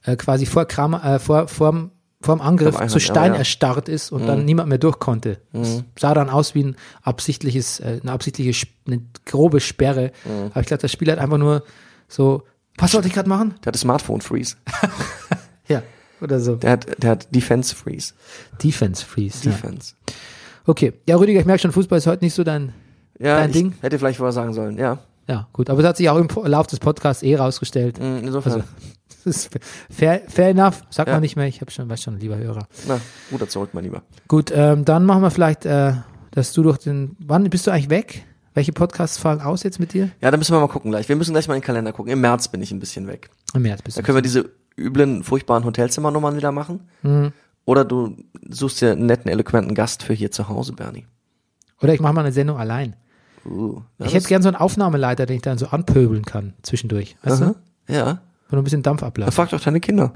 Speaker 2: äh, quasi vor Kramer, äh, vor, vorm, vorm Angriff
Speaker 1: Vorm Einhand,
Speaker 2: zu Stein
Speaker 1: ja, Mhm. ja.
Speaker 2: erstarrt ist und dann niemand mehr durch konnte. Es sah dann aus wie ein absichtliches, äh, eine absichtliche, Sp- eine grobe Sperre.
Speaker 1: Mhm.
Speaker 2: Aber ich glaube, das Spiel hat einfach nur so, was sollte ich gerade machen?
Speaker 1: Der hat Smartphone Freeze.
Speaker 2: Ja, oder so.
Speaker 1: Der hat, der hat Defense Freeze.
Speaker 2: Defense Freeze. Ja.
Speaker 1: Defense.
Speaker 2: Okay. Ja, Rüdiger, ich merke schon, Fußball ist heute nicht so dein.
Speaker 1: Ja,
Speaker 2: Dein
Speaker 1: ich
Speaker 2: Ding?
Speaker 1: hätte vielleicht vorher sagen sollen, ja.
Speaker 2: Ja, gut. Aber es hat sich auch im Po- Lauf des Podcasts eh rausgestellt.
Speaker 1: Mm, Insofern,
Speaker 2: Das ist fair, fair enough. Sagt
Speaker 1: Ja.
Speaker 2: man nicht mehr. Ich habe schon, weiß schon, lieber Hörer.
Speaker 1: na, guter zurück, mein Lieber.
Speaker 2: Gut, ähm, dann machen wir vielleicht, äh, dass du durch den. Wann bist du eigentlich weg? Welche Podcasts fallen aus jetzt mit dir?
Speaker 1: Ja, da müssen wir mal gucken gleich. Wir müssen gleich mal in den Kalender gucken. Im März bin ich ein bisschen weg.
Speaker 2: Im März bist
Speaker 1: Da
Speaker 2: du.
Speaker 1: können wir diese üblen, furchtbaren Hotelzimmernummern wieder machen.
Speaker 2: Mhm.
Speaker 1: Oder du suchst dir einen netten, eloquenten Gast für hier zu Hause, Bernie.
Speaker 2: Oder ich mache mal eine Sendung allein.
Speaker 1: Uh, ja,
Speaker 2: ich hätte gern so einen Aufnahmeleiter, den ich dann so anpöbeln kann zwischendurch. Weißt
Speaker 1: Aha,
Speaker 2: du?
Speaker 1: Ja,
Speaker 2: Wo noch ein bisschen Dampf
Speaker 1: dann
Speaker 2: abläuft.
Speaker 1: frag doch deine Kinder.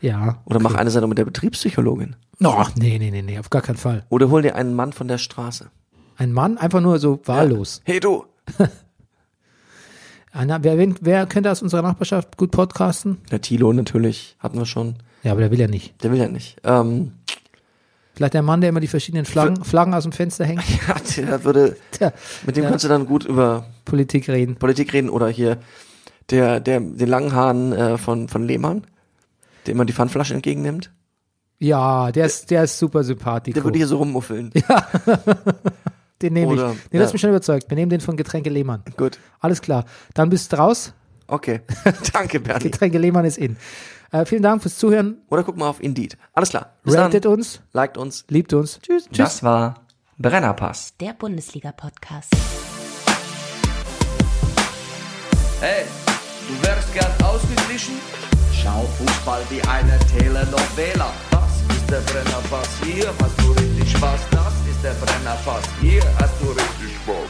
Speaker 2: Ja.
Speaker 1: Oder mach eine Sendung mit der Betriebspsychologin.
Speaker 2: Oh, nee, nee, nee, nee, auf gar keinen Fall.
Speaker 1: Oder hol dir einen Mann von der Straße.
Speaker 2: Ein Mann einfach nur so wahllos.
Speaker 1: Hey du!
Speaker 2: Einer, Ah, wer, wen- wer könnte aus unserer Nachbarschaft gut podcasten?
Speaker 1: Der Tilo natürlich, hatten wir schon.
Speaker 2: Ja, aber der will ja nicht.
Speaker 1: Der will ja nicht. Ähm,
Speaker 2: Vielleicht der Mann, der immer die verschiedenen Flaggen, Flaggen aus dem Fenster hängt.
Speaker 1: ja, der würde,
Speaker 2: Tja,
Speaker 1: mit dem
Speaker 2: Ja.
Speaker 1: könntest du dann gut über
Speaker 2: Politik reden.
Speaker 1: Politik reden oder hier der, der, den langen Haaren äh, von, von Lehmann, der immer die Pfandflasche entgegennimmt.
Speaker 2: Ja, der ist, der ist super sympathisch.
Speaker 1: Der würde hier so rumuffeln.
Speaker 2: Den nehme ich.
Speaker 1: Oder-
Speaker 2: Den ja. hast
Speaker 1: ja.
Speaker 2: mich schon überzeugt. Wir nehmen den von Getränke Lehmann.
Speaker 1: Gut.
Speaker 2: Alles klar. Dann bist du raus.
Speaker 1: Okay. Danke, Bernie.
Speaker 2: Getränke Lehmann ist in. Äh, vielen Dank fürs Zuhören.
Speaker 1: Oder guck mal auf Indeed. Alles klar. Bis
Speaker 2: Ratet
Speaker 1: dann.
Speaker 2: uns,
Speaker 1: Liked uns.
Speaker 2: liebt uns. Tschüss.
Speaker 3: Das war Brennerpass.
Speaker 4: Der Bundesliga-Podcast.
Speaker 5: Hey, du wärst gern ausgeglichen? Schau Fußball wie eine Telenovela. Das ist der Brennerpass, hier hast du richtig Spaß. Das ist der Brennerpass, hier hast du richtig Spaß.